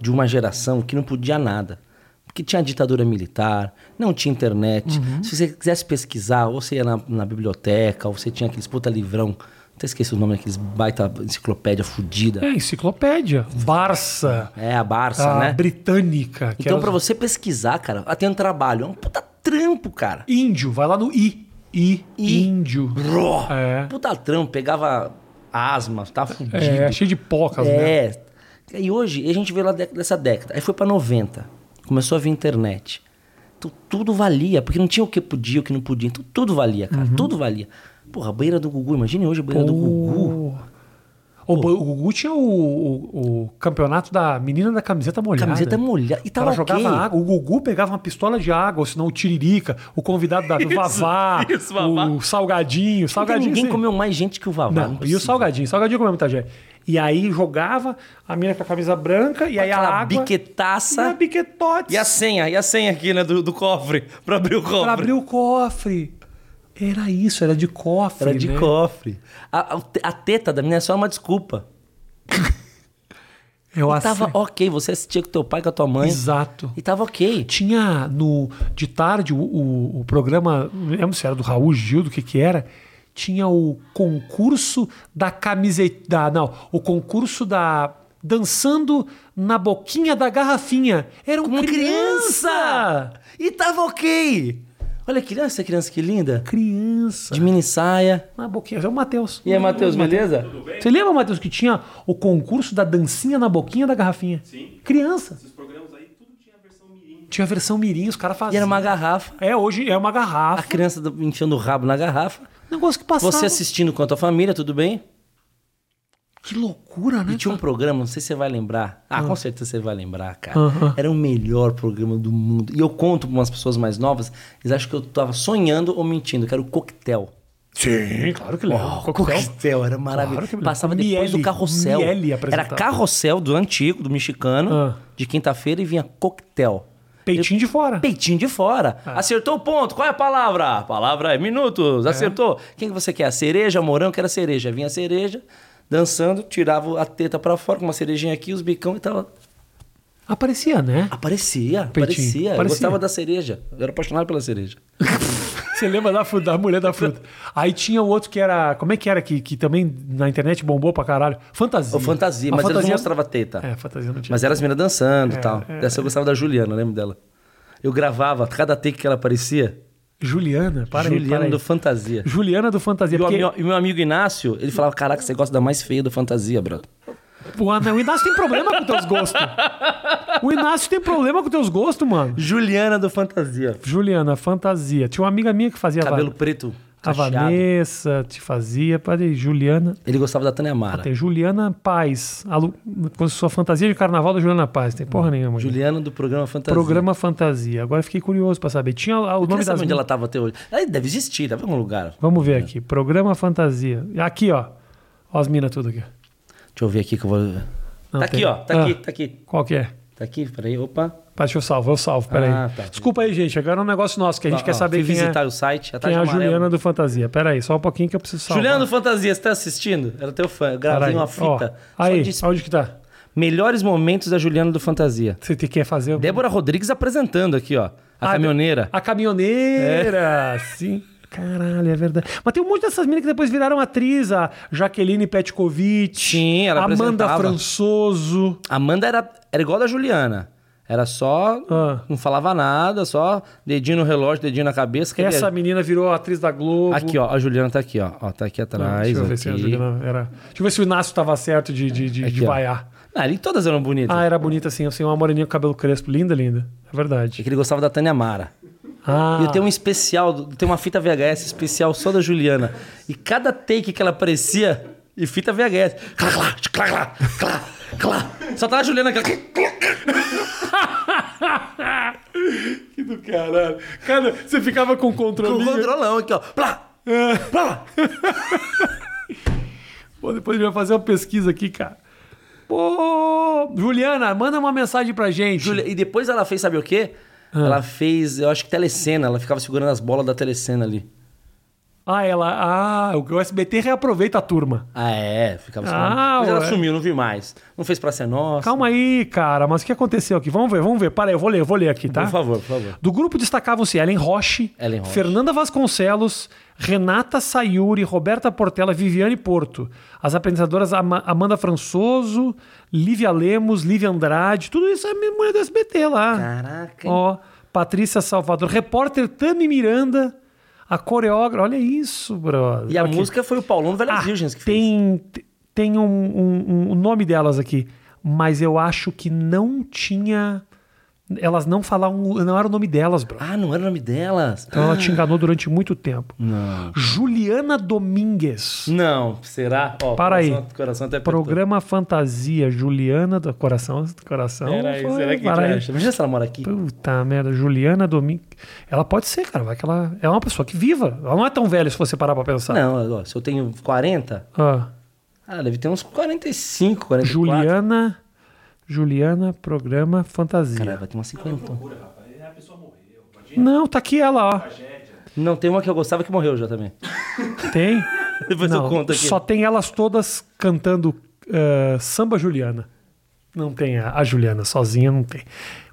[SPEAKER 2] de uma geração que não podia nada. Porque tinha ditadura militar, não tinha internet.
[SPEAKER 1] Uhum.
[SPEAKER 2] Se você quisesse pesquisar, ou você ia na, na biblioteca, ou você tinha aqueles puta livrão. Até esqueci o nome daqueles baita enciclopédia fudida.
[SPEAKER 1] É, enciclopédia. Barça.
[SPEAKER 2] É, a Barça,
[SPEAKER 1] a
[SPEAKER 2] né?
[SPEAKER 1] britânica. Que
[SPEAKER 2] Então,
[SPEAKER 1] Ah, era um-
[SPEAKER 2] pra você pesquisar, cara, ah, tem um trabalho. É um puta trampo, cara.
[SPEAKER 1] Índio, vai lá no I. I.
[SPEAKER 2] I.
[SPEAKER 1] Índio.
[SPEAKER 2] Ró!
[SPEAKER 1] É.
[SPEAKER 2] Puta trampo, pegava asma, tava fudido.
[SPEAKER 1] É, cheio de pocas, né?
[SPEAKER 2] É. E hoje, a gente veio lá dé- dessa década. Aí foi pra 90. Começou a vir internet. Então tudo valia, porque não tinha o que podia, o que não podia. Então tudo valia, cara.
[SPEAKER 1] Uhum.
[SPEAKER 2] Tudo valia. Porra, a banheira do Gugu, imagine hoje a banheira do Gugu.
[SPEAKER 1] O, Bo- o Gugu tinha o, o- o campeonato da menina da camiseta molhada.
[SPEAKER 2] Camiseta é molhada. E tava
[SPEAKER 1] Ela jogava
[SPEAKER 2] ok.
[SPEAKER 1] água. O Gugu pegava uma pistola de água, ou senão o Tiririca, o convidado da o Vavá,
[SPEAKER 2] isso, Vavá.
[SPEAKER 1] o Salgadinho.
[SPEAKER 2] Nunca
[SPEAKER 1] Salgadinho
[SPEAKER 2] ninguém
[SPEAKER 1] sim.
[SPEAKER 2] comeu mais gente que o Vavá.
[SPEAKER 1] Não, e o
[SPEAKER 2] possível.
[SPEAKER 1] Salgadinho. Salgadinho comeu muita gente. E aí jogava a menina com a camisa branca e aí a
[SPEAKER 2] Aquela
[SPEAKER 1] água... E a
[SPEAKER 2] biquetaça.
[SPEAKER 1] biquetote.
[SPEAKER 2] E a senha, e a senha aqui, né, do, do cofre, pra abrir o cofre.
[SPEAKER 1] Pra abrir o cofre. Era isso, era de cofre,
[SPEAKER 2] Era de
[SPEAKER 1] né?
[SPEAKER 2] cofre. A, a- a teta da menina é só uma desculpa.
[SPEAKER 1] Eu
[SPEAKER 2] E tava
[SPEAKER 1] aceito.
[SPEAKER 2] ok, você assistia com teu pai, com a tua mãe.
[SPEAKER 1] Exato.
[SPEAKER 2] E tava ok.
[SPEAKER 1] Tinha no de tarde o, o, o programa, não lembro se era do Raul Gil, do que que era, tinha o concurso da camiseta, da- não, o concurso da dançando na boquinha da garrafinha. Era um
[SPEAKER 2] Uma
[SPEAKER 1] criança.
[SPEAKER 2] criança! E tava ok! Olha que criança, essa criança que linda.
[SPEAKER 1] Criança.
[SPEAKER 2] De mini saia.
[SPEAKER 1] Na boquinha, é o Matheus.
[SPEAKER 2] E aí, Matheus,
[SPEAKER 1] Uhum.
[SPEAKER 2] beleza?
[SPEAKER 1] Você lembra, Matheus, que tinha o concurso da dancinha na boquinha da garrafinha? Sim. Criança. Esses programas aí, tudo tinha a versão mirim. Tinha a versão mirim, os caras
[SPEAKER 2] E
[SPEAKER 1] faziam.
[SPEAKER 2] era uma garrafa.
[SPEAKER 1] É, hoje é uma
[SPEAKER 2] A
[SPEAKER 1] garrafa.
[SPEAKER 2] criança do- enfiando o rabo na garrafa.
[SPEAKER 1] Negócio que passava.
[SPEAKER 2] Você assistindo com a tua família, tudo bem?
[SPEAKER 1] Que loucura, né?
[SPEAKER 2] E tinha um programa, não sei se você vai lembrar. Ah,
[SPEAKER 1] Uhum.
[SPEAKER 2] com certeza você vai lembrar, cara.
[SPEAKER 1] Aham.
[SPEAKER 2] Era o melhor programa do mundo. E eu conto pra umas pessoas mais novas, eles acham que eu tava sonhando ou mentindo, que era o coquetel.
[SPEAKER 1] Sim, claro que um lembra.
[SPEAKER 2] O coquetel era maravilhoso.
[SPEAKER 1] Claro que lembro.
[SPEAKER 2] Passava depois
[SPEAKER 1] Miele,
[SPEAKER 2] do carrossel.
[SPEAKER 1] Miele
[SPEAKER 2] era
[SPEAKER 1] apresentava.
[SPEAKER 2] carrossel do antigo, do mexicano,
[SPEAKER 1] Ah.
[SPEAKER 2] de quinta-feira e vinha coquetel.
[SPEAKER 1] Peitinho de fora.
[SPEAKER 2] Peitinho de fora.
[SPEAKER 1] Ah.
[SPEAKER 2] Acertou o ponto. Qual é a palavra? A palavra é minutos. Acertou. Quem que você quer? Cereja, morango, que era cereja. Vinha a cereja, dançando, tirava a teta pra fora com uma cerejinha aqui, os bicão e tava.
[SPEAKER 1] Aparecia, né?
[SPEAKER 2] Aparecia, aparecia. Eu
[SPEAKER 1] Aparecia.
[SPEAKER 2] gostava da cereja. Eu era apaixonado pela cereja.
[SPEAKER 1] Você lembra da, fu- da mulher da fruta? Aí tinha o outro que era. Como é que era? Que, que também na internet bombou pra caralho. Fantasia.
[SPEAKER 2] Ou fantasia,
[SPEAKER 1] A
[SPEAKER 2] mas eles
[SPEAKER 1] fantasia-
[SPEAKER 2] não mostravam teta.
[SPEAKER 1] É, fantasia não tinha.
[SPEAKER 2] Mas era as meninas dançando e
[SPEAKER 1] É,
[SPEAKER 2] tal.
[SPEAKER 1] é,
[SPEAKER 2] Dessa eu gostava da Juliana, eu lembro dela. Eu gravava cada take que ela aparecia.
[SPEAKER 1] Juliana, para aí,
[SPEAKER 2] Juliana
[SPEAKER 1] para aí.
[SPEAKER 2] do Fantasia.
[SPEAKER 1] Juliana do Fantasia.
[SPEAKER 2] E o
[SPEAKER 1] porque-
[SPEAKER 2] meu, e meu amigo Inácio, ele falava: Caraca, você gosta da mais feia do Fantasia, brother.
[SPEAKER 1] Pô, não, o Inácio tem problema com teus gostos. O Inácio tem problema com teus gostos, mano.
[SPEAKER 2] Juliana do Fantasia.
[SPEAKER 1] Juliana, fantasia. Tinha uma amiga minha que fazia
[SPEAKER 2] Cabelo
[SPEAKER 1] várias.
[SPEAKER 2] preto.
[SPEAKER 1] A
[SPEAKER 2] Cacheado.
[SPEAKER 1] Vanessa te fazia. Peraí, Juliana.
[SPEAKER 2] Ele gostava da Tânia Mara.
[SPEAKER 1] Tem Juliana Paz. A Lu- com sua fantasia de carnaval da Juliana Paz. Tem porra nenhuma. gente.
[SPEAKER 2] Hum, Juliana do programa Fantasia.
[SPEAKER 1] Programa Fantasia. Agora fiquei curioso pra saber. Tinha lá o
[SPEAKER 2] Eu queria
[SPEAKER 1] nome das.
[SPEAKER 2] saber onde ela tava até hoje. Ela deve existir, deve em algum lugar.
[SPEAKER 1] Vamos ver aqui. Programa Fantasia. Aqui, ó. Ó as minas tudo aqui.
[SPEAKER 2] Deixa eu ver aqui que eu vou.
[SPEAKER 1] Não,
[SPEAKER 2] tá aqui,
[SPEAKER 1] tem-
[SPEAKER 2] ó. Tá
[SPEAKER 1] Ah.
[SPEAKER 2] aqui, tá aqui.
[SPEAKER 1] Qual que é?
[SPEAKER 2] Tá aqui, peraí. Opa.
[SPEAKER 1] Pá, Deixa eu salvo, eu salvo, peraí.
[SPEAKER 2] Ah, tá.
[SPEAKER 1] Desculpa aí, gente. Agora é um negócio nosso que a gente
[SPEAKER 2] Ó,
[SPEAKER 1] quer
[SPEAKER 2] ó,
[SPEAKER 1] saber
[SPEAKER 2] fui
[SPEAKER 1] quem
[SPEAKER 2] visitar
[SPEAKER 1] é,
[SPEAKER 2] o site.
[SPEAKER 1] quem é
[SPEAKER 2] tarde
[SPEAKER 1] a
[SPEAKER 2] amarela.
[SPEAKER 1] Juliana do Fantasia. Peraí, só um pouquinho que eu preciso salvar.
[SPEAKER 2] Juliana do Fantasia, você tá assistindo? Era teu fã. Eu gravei
[SPEAKER 1] Peraí,
[SPEAKER 2] uma
[SPEAKER 1] ó.
[SPEAKER 2] fita. só
[SPEAKER 1] Aí,
[SPEAKER 2] de-
[SPEAKER 1] onde que tá?
[SPEAKER 2] Melhores momentos da Juliana do Fantasia.
[SPEAKER 1] Você te- quer fazer?
[SPEAKER 2] Débora Rodrigues apresentando aqui, ó. A
[SPEAKER 1] Ah,
[SPEAKER 2] caminhoneira. É.
[SPEAKER 1] A caminhoneira, sim. Caralho, é verdade. Mas tem um monte dessas minas que depois viraram atriz. A Jaqueline Petkovic.
[SPEAKER 2] Sim, ela
[SPEAKER 1] Amanda
[SPEAKER 2] apresentava.
[SPEAKER 1] Françoso.
[SPEAKER 2] Amanda era, era igual a da Juliana. Era só.
[SPEAKER 1] Ah.
[SPEAKER 2] Não falava nada, só dedinho no relógio, dedinho na cabeça. Quer
[SPEAKER 1] Essa
[SPEAKER 2] ver?
[SPEAKER 1] menina virou atriz da Globo.
[SPEAKER 2] Aqui, ó. A Juliana tá aqui, ó. ó tá aqui atrás.
[SPEAKER 1] Deixa eu ver
[SPEAKER 2] aqui.
[SPEAKER 1] se a Juliana era... Deixa eu ver se o Inácio tava certo de, de, de, de
[SPEAKER 2] Aqui, ó.
[SPEAKER 1] vaiar.
[SPEAKER 2] Ah, ali todas eram bonitas.
[SPEAKER 1] Ah, era bonita assim, assim, uma moreninha com cabelo crespo. Linda, linda. É
[SPEAKER 2] É
[SPEAKER 1] verdade.
[SPEAKER 2] que ele gostava da Tânia Mara.
[SPEAKER 1] Ah,
[SPEAKER 2] E eu tenho um especial, do- tem uma fita VHS especial só da Juliana. E cada take que ela aparecia, e fita VHS. Clá, clá, clá, clá, clá, clá. Só tá a Juliana. clá, clá, clá.
[SPEAKER 1] que do caralho. Cara, você ficava com um o
[SPEAKER 2] Com
[SPEAKER 1] controle.
[SPEAKER 2] o controlão aqui, ó. Plá,
[SPEAKER 1] É.
[SPEAKER 2] plá.
[SPEAKER 1] Pô, depois a gente vai fazer uma pesquisa aqui, cara. Pô, Juliana, manda uma mensagem pra gente.
[SPEAKER 2] Juli- E depois ela fez, sabe o quê?
[SPEAKER 1] Ah.
[SPEAKER 2] Ela fez, eu acho que telecena. Ela ficava segurando as bolas da telecena ali.
[SPEAKER 1] Ah, ela. Ah, o SBT reaproveita a turma.
[SPEAKER 2] Ah, é? Ficava segurando.
[SPEAKER 1] Ah,
[SPEAKER 2] depois ela
[SPEAKER 1] ué.
[SPEAKER 2] sumiu, não vi mais. Não fez pra ser nossa.
[SPEAKER 1] Calma aí, cara, mas o que aconteceu aqui? Vamos ver, vamos ver. Para aí, eu vou ler, eu vou ler aqui, tá?
[SPEAKER 2] Por favor, por favor.
[SPEAKER 1] Do grupo destacavam-se Ellen Roche,
[SPEAKER 2] Ellen Roche.
[SPEAKER 1] Fernanda Vasconcelos, Renata Sayuri, Roberta Portela, Viviane Porto. As apresentadoras Ama- Amanda Françoso, Lívia Lemos, Lívia Andrade, tudo isso é mulher do SBT lá.
[SPEAKER 2] Caraca, hein?
[SPEAKER 1] Ó, Patrícia Salvador, repórter Tami Miranda, a coreógrafa, olha isso, brother.
[SPEAKER 2] E a
[SPEAKER 1] Aqui.
[SPEAKER 2] música foi o Paulão do Velhas
[SPEAKER 1] Ah,
[SPEAKER 2] Virgens que fez.
[SPEAKER 1] tem, tem um, um- um- o nome delas aqui, mas eu acho que não tinha. Elas não falavam. Não era o nome delas, bro.
[SPEAKER 2] Ah, não era o nome delas?
[SPEAKER 1] Então ela te enganou durante muito tempo. Juliana Domingues.
[SPEAKER 2] Hum, Não, será? Ó,
[SPEAKER 1] Para aí.
[SPEAKER 2] coração- Coração até apertou.
[SPEAKER 1] Programa Fantasia Juliana do Coração. Coração.
[SPEAKER 2] Pera aí,
[SPEAKER 1] foi-
[SPEAKER 2] será que
[SPEAKER 1] para
[SPEAKER 2] a gente
[SPEAKER 1] aí.
[SPEAKER 2] acha? Imagina se ela mora aqui.
[SPEAKER 1] Puta merda, Juliana Domingues. Ela pode ser, cara. Vai que ela é uma pessoa que viva. Ela não é tão velha se você parar pra pensar.
[SPEAKER 2] Não, ó, se eu tenho 40,
[SPEAKER 1] Ah,
[SPEAKER 2] ah, deve ter uns 45, 44.
[SPEAKER 1] Juliana. Juliana, programa Fantasia.
[SPEAKER 2] Cara, vai ter umas 50.
[SPEAKER 1] Não, tá aqui ela, ó.
[SPEAKER 2] Não, tem uma que eu gostava que morreu já também.
[SPEAKER 1] Tem.
[SPEAKER 2] Depois eu
[SPEAKER 1] Não,
[SPEAKER 2] conto aqui.
[SPEAKER 1] Só tem elas todas cantando eh, samba Juliana. Não tem a, a Juliana sozinha, não tem.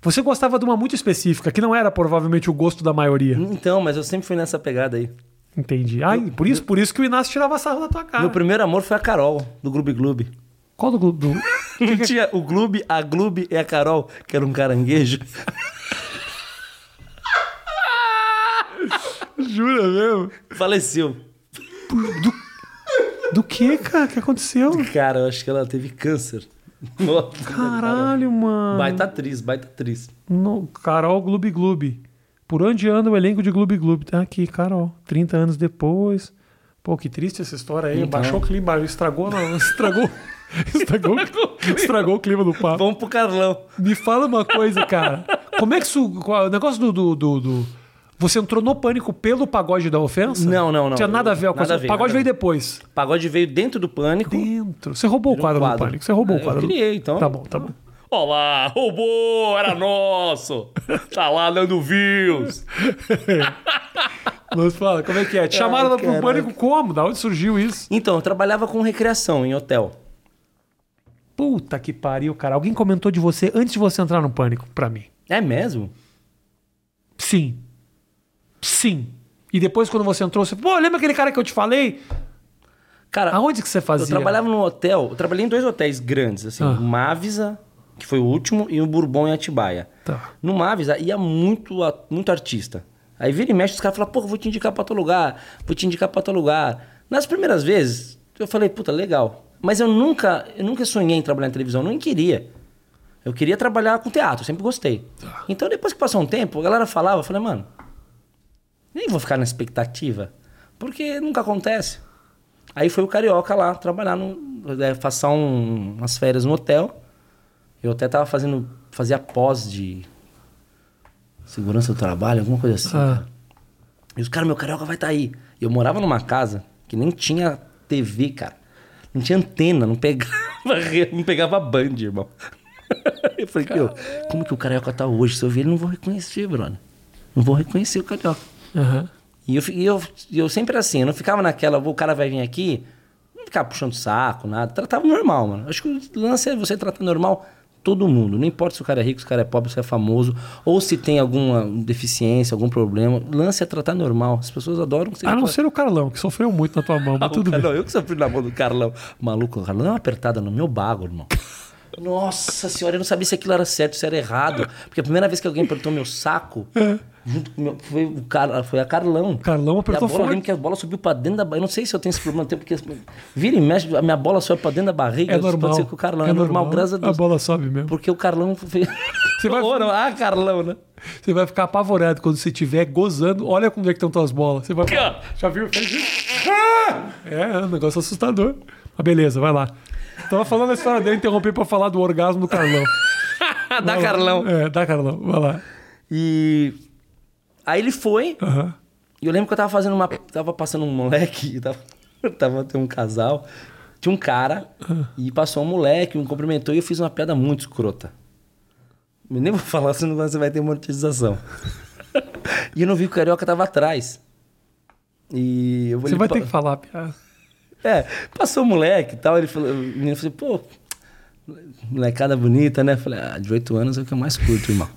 [SPEAKER 1] Você gostava de uma muito específica, que não era provavelmente o gosto da maioria.
[SPEAKER 2] Então, mas eu sempre fui nessa pegada aí.
[SPEAKER 1] Entendi. Ai, por isso, por isso que o Inácio tirava sarro da tua cara.
[SPEAKER 2] Meu primeiro amor foi a Carol, do Gloob Gloob.
[SPEAKER 1] Qual do, do...
[SPEAKER 2] Não tinha o Gloob, a Gloob e a Carol, que era um caranguejo.
[SPEAKER 1] Jura mesmo?
[SPEAKER 2] Faleceu.
[SPEAKER 1] Do que, cara? O que aconteceu?
[SPEAKER 2] Cara, eu acho que ela teve câncer. Nossa,
[SPEAKER 1] Caralho, mano.
[SPEAKER 2] Baita atriz, baita atriz.
[SPEAKER 1] No- Carol Gloob Gloob. Por onde anda o elenco de Gloob Gloob? Tá aqui, Carol. 30 anos depois. Pô, que triste essa história aí. Baixou o clima, estragou, não, estragou. Estragou, estragou o clima do papo.
[SPEAKER 2] Vamos pro Carlão.
[SPEAKER 1] Me fala uma coisa, cara. Como é que isso. qual- O negócio do, do, do- do- Você entrou no pânico pelo pagode da ofensa?
[SPEAKER 2] Não, não, não.
[SPEAKER 1] Tinha nada a ver com
[SPEAKER 2] Nada
[SPEAKER 1] coisa.
[SPEAKER 2] a ver,
[SPEAKER 1] o pagode
[SPEAKER 2] nada
[SPEAKER 1] veio
[SPEAKER 2] a ver.
[SPEAKER 1] depois.
[SPEAKER 2] Pagode veio dentro do pânico.
[SPEAKER 1] Dentro. Você roubou o quadro, do
[SPEAKER 2] quadro.
[SPEAKER 1] pânico. Você roubou
[SPEAKER 2] Ah,
[SPEAKER 1] o
[SPEAKER 2] eu
[SPEAKER 1] quadro. do-
[SPEAKER 2] criei, então.
[SPEAKER 1] Tá bom, tá bom.
[SPEAKER 2] Olá, roubou, era nosso. Tá lá dando views.
[SPEAKER 1] Luiz, fala, como é que é? Te chamaram pro
[SPEAKER 2] caraca.
[SPEAKER 1] pânico como? Da onde surgiu isso?
[SPEAKER 2] Então, eu trabalhava com recreação em hotel.
[SPEAKER 1] Puta que pariu, cara. Alguém comentou de você antes de você entrar no pânico pra mim.
[SPEAKER 2] É mesmo?
[SPEAKER 1] Sim. Sim. E depois quando você entrou, você, pô, lembra aquele cara que eu te falei?
[SPEAKER 2] Cara,
[SPEAKER 1] Aonde que você fazia?
[SPEAKER 2] eu trabalhava num hotel, eu trabalhei em dois hotéis grandes, assim,
[SPEAKER 1] Ah.
[SPEAKER 2] o Mavisa, que foi o último, e o Bourbon em Atibaia.
[SPEAKER 1] Tá.
[SPEAKER 2] No Mavisa ia muito, a- muito artista. Aí vira e mexe, os caras falam, pô, vou te indicar pra outro lugar, vou te indicar pra outro lugar. Nas primeiras vezes, eu falei, puta, legal. Mas eu nunca, eu nunca sonhei em trabalhar em televisão, eu nem queria. Eu queria trabalhar com teatro, sempre gostei.
[SPEAKER 1] Tá.
[SPEAKER 2] Então depois que passou um tempo, a galera falava, eu falei, mano, nem vou ficar na expectativa. Porque nunca acontece. Aí foi o Carioca lá trabalhar, no, é, passar um- umas férias no hotel. Eu até tava fazendo, fazia pós de segurança do trabalho, alguma coisa assim.
[SPEAKER 1] Ah.
[SPEAKER 2] cara. E os caras, meu Carioca vai estar tá aí. E eu morava numa casa que nem tinha TV, cara. Não tinha antena, não pegava, re- não pegava band, irmão. Eu falei, meu, como que o Carioca tá hoje? Se eu ver ele, não vou reconhecer, brother. Não vou reconhecer o Carioca.
[SPEAKER 1] Aham.
[SPEAKER 2] E eu, fi- e eu, e eu sempre assim, eu não ficava naquela, o cara vai vir aqui, não ficava puxando saco, nada. Tratava normal, mano. Acho que o lance é você tratar normal todo mundo. Não importa se o cara é rico, se o cara é pobre, se é famoso, ou se tem alguma deficiência, algum problema. O lance é tratar normal. As pessoas adoram que você
[SPEAKER 1] A não ser o Carlão, que sofreu muito na tua mão,
[SPEAKER 2] Ah,
[SPEAKER 1] mas tudo bem.
[SPEAKER 2] Não, eu que sofri na mão do Carlão. Maluco, o Carlão deu uma apertada no meu bago, irmão. Nossa senhora, eu não sabia se aquilo era certo, se era errado. Porque a primeira vez que alguém apertou meu saco, junto com o meu, foi, o Car, foi a Carlão.
[SPEAKER 1] É. Carlão apertou
[SPEAKER 2] e a bola, eu
[SPEAKER 1] forte.
[SPEAKER 2] lembro que a bola subiu pra dentro da barriga. Eu não sei se eu tenho esse problema, até porque vira e mexe, a minha bola sobe pra dentro da barriga.
[SPEAKER 1] É
[SPEAKER 2] Pode
[SPEAKER 1] normal.
[SPEAKER 2] ser que o Carlão é, normal, graças a Deus.
[SPEAKER 1] bola sobe mesmo.
[SPEAKER 2] Porque o Carlão fez.
[SPEAKER 1] Você vai-
[SPEAKER 2] Ou não, ah, Carlão, né?
[SPEAKER 1] Você vai ficar apavorado quando você estiver gozando. Olha como é que estão tuas bolas. Você vai
[SPEAKER 2] ó.
[SPEAKER 1] Já viu? Fez isso? Ah! É, é um negócio assustador. Mas beleza, vai lá. Tava falando a história dele, interrompi pra falar do orgasmo do Carlão.
[SPEAKER 2] Ah, dá
[SPEAKER 1] Vai lá.
[SPEAKER 2] Carlão.
[SPEAKER 1] É, dá Carlão. Vai lá.
[SPEAKER 2] E. Aí ele foi,
[SPEAKER 1] Aham.
[SPEAKER 2] E eu lembro que eu tava fazendo uma. Tava passando um moleque, e tava, tava tem um casal, tinha um cara, e passou um moleque, me cumprimentou, e eu fiz uma piada muito escrota. Eu nem vou falar, senão você vai ter monetização. e eu não vi que o carioca tava atrás. E eu
[SPEAKER 1] Você vai ter que falar a piada.
[SPEAKER 2] é, passou o moleque e tal, ele falou, o menino falou, assim, pô, molecada bonita, né? Eu falei, ah, 18 anos é o que eu mais curto, irmão.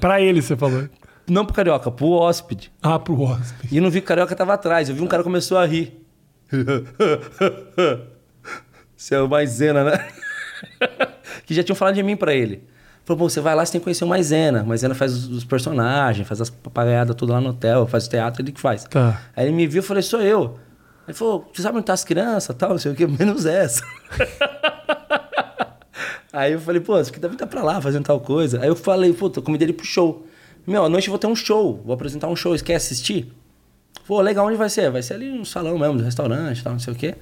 [SPEAKER 1] Pra ele você falou.
[SPEAKER 2] não pro carioca, pro hóspede.
[SPEAKER 1] Ah, pro hóspede.
[SPEAKER 2] E eu não vi que o carioca tava atrás. Eu vi um cara começou a rir. Você é o Maisena, né? que já tinham falado de mim pra ele. Falou, pô, você vai lá, você tem que conhecer o Maisena. O Maisena faz os, os personagens, faz as papagaiadas tudo lá no hotel, faz o teatro, ele que faz.
[SPEAKER 1] Tá.
[SPEAKER 2] Aí ele me viu, eu falei, sou eu. Ele falou, você sabe onde tá as crianças, tal, não sei o quê, menos essa. Aí eu falei, pô, isso aqui deve estar pra lá fazendo tal coisa. Aí eu falei, puta, eu convidei ele pro show. Meu, à noite eu vou ter um show, vou apresentar um show, você quer assistir? Pô, legal, onde vai ser? Vai ser ali no salão mesmo, do restaurante, tal, não sei o quê.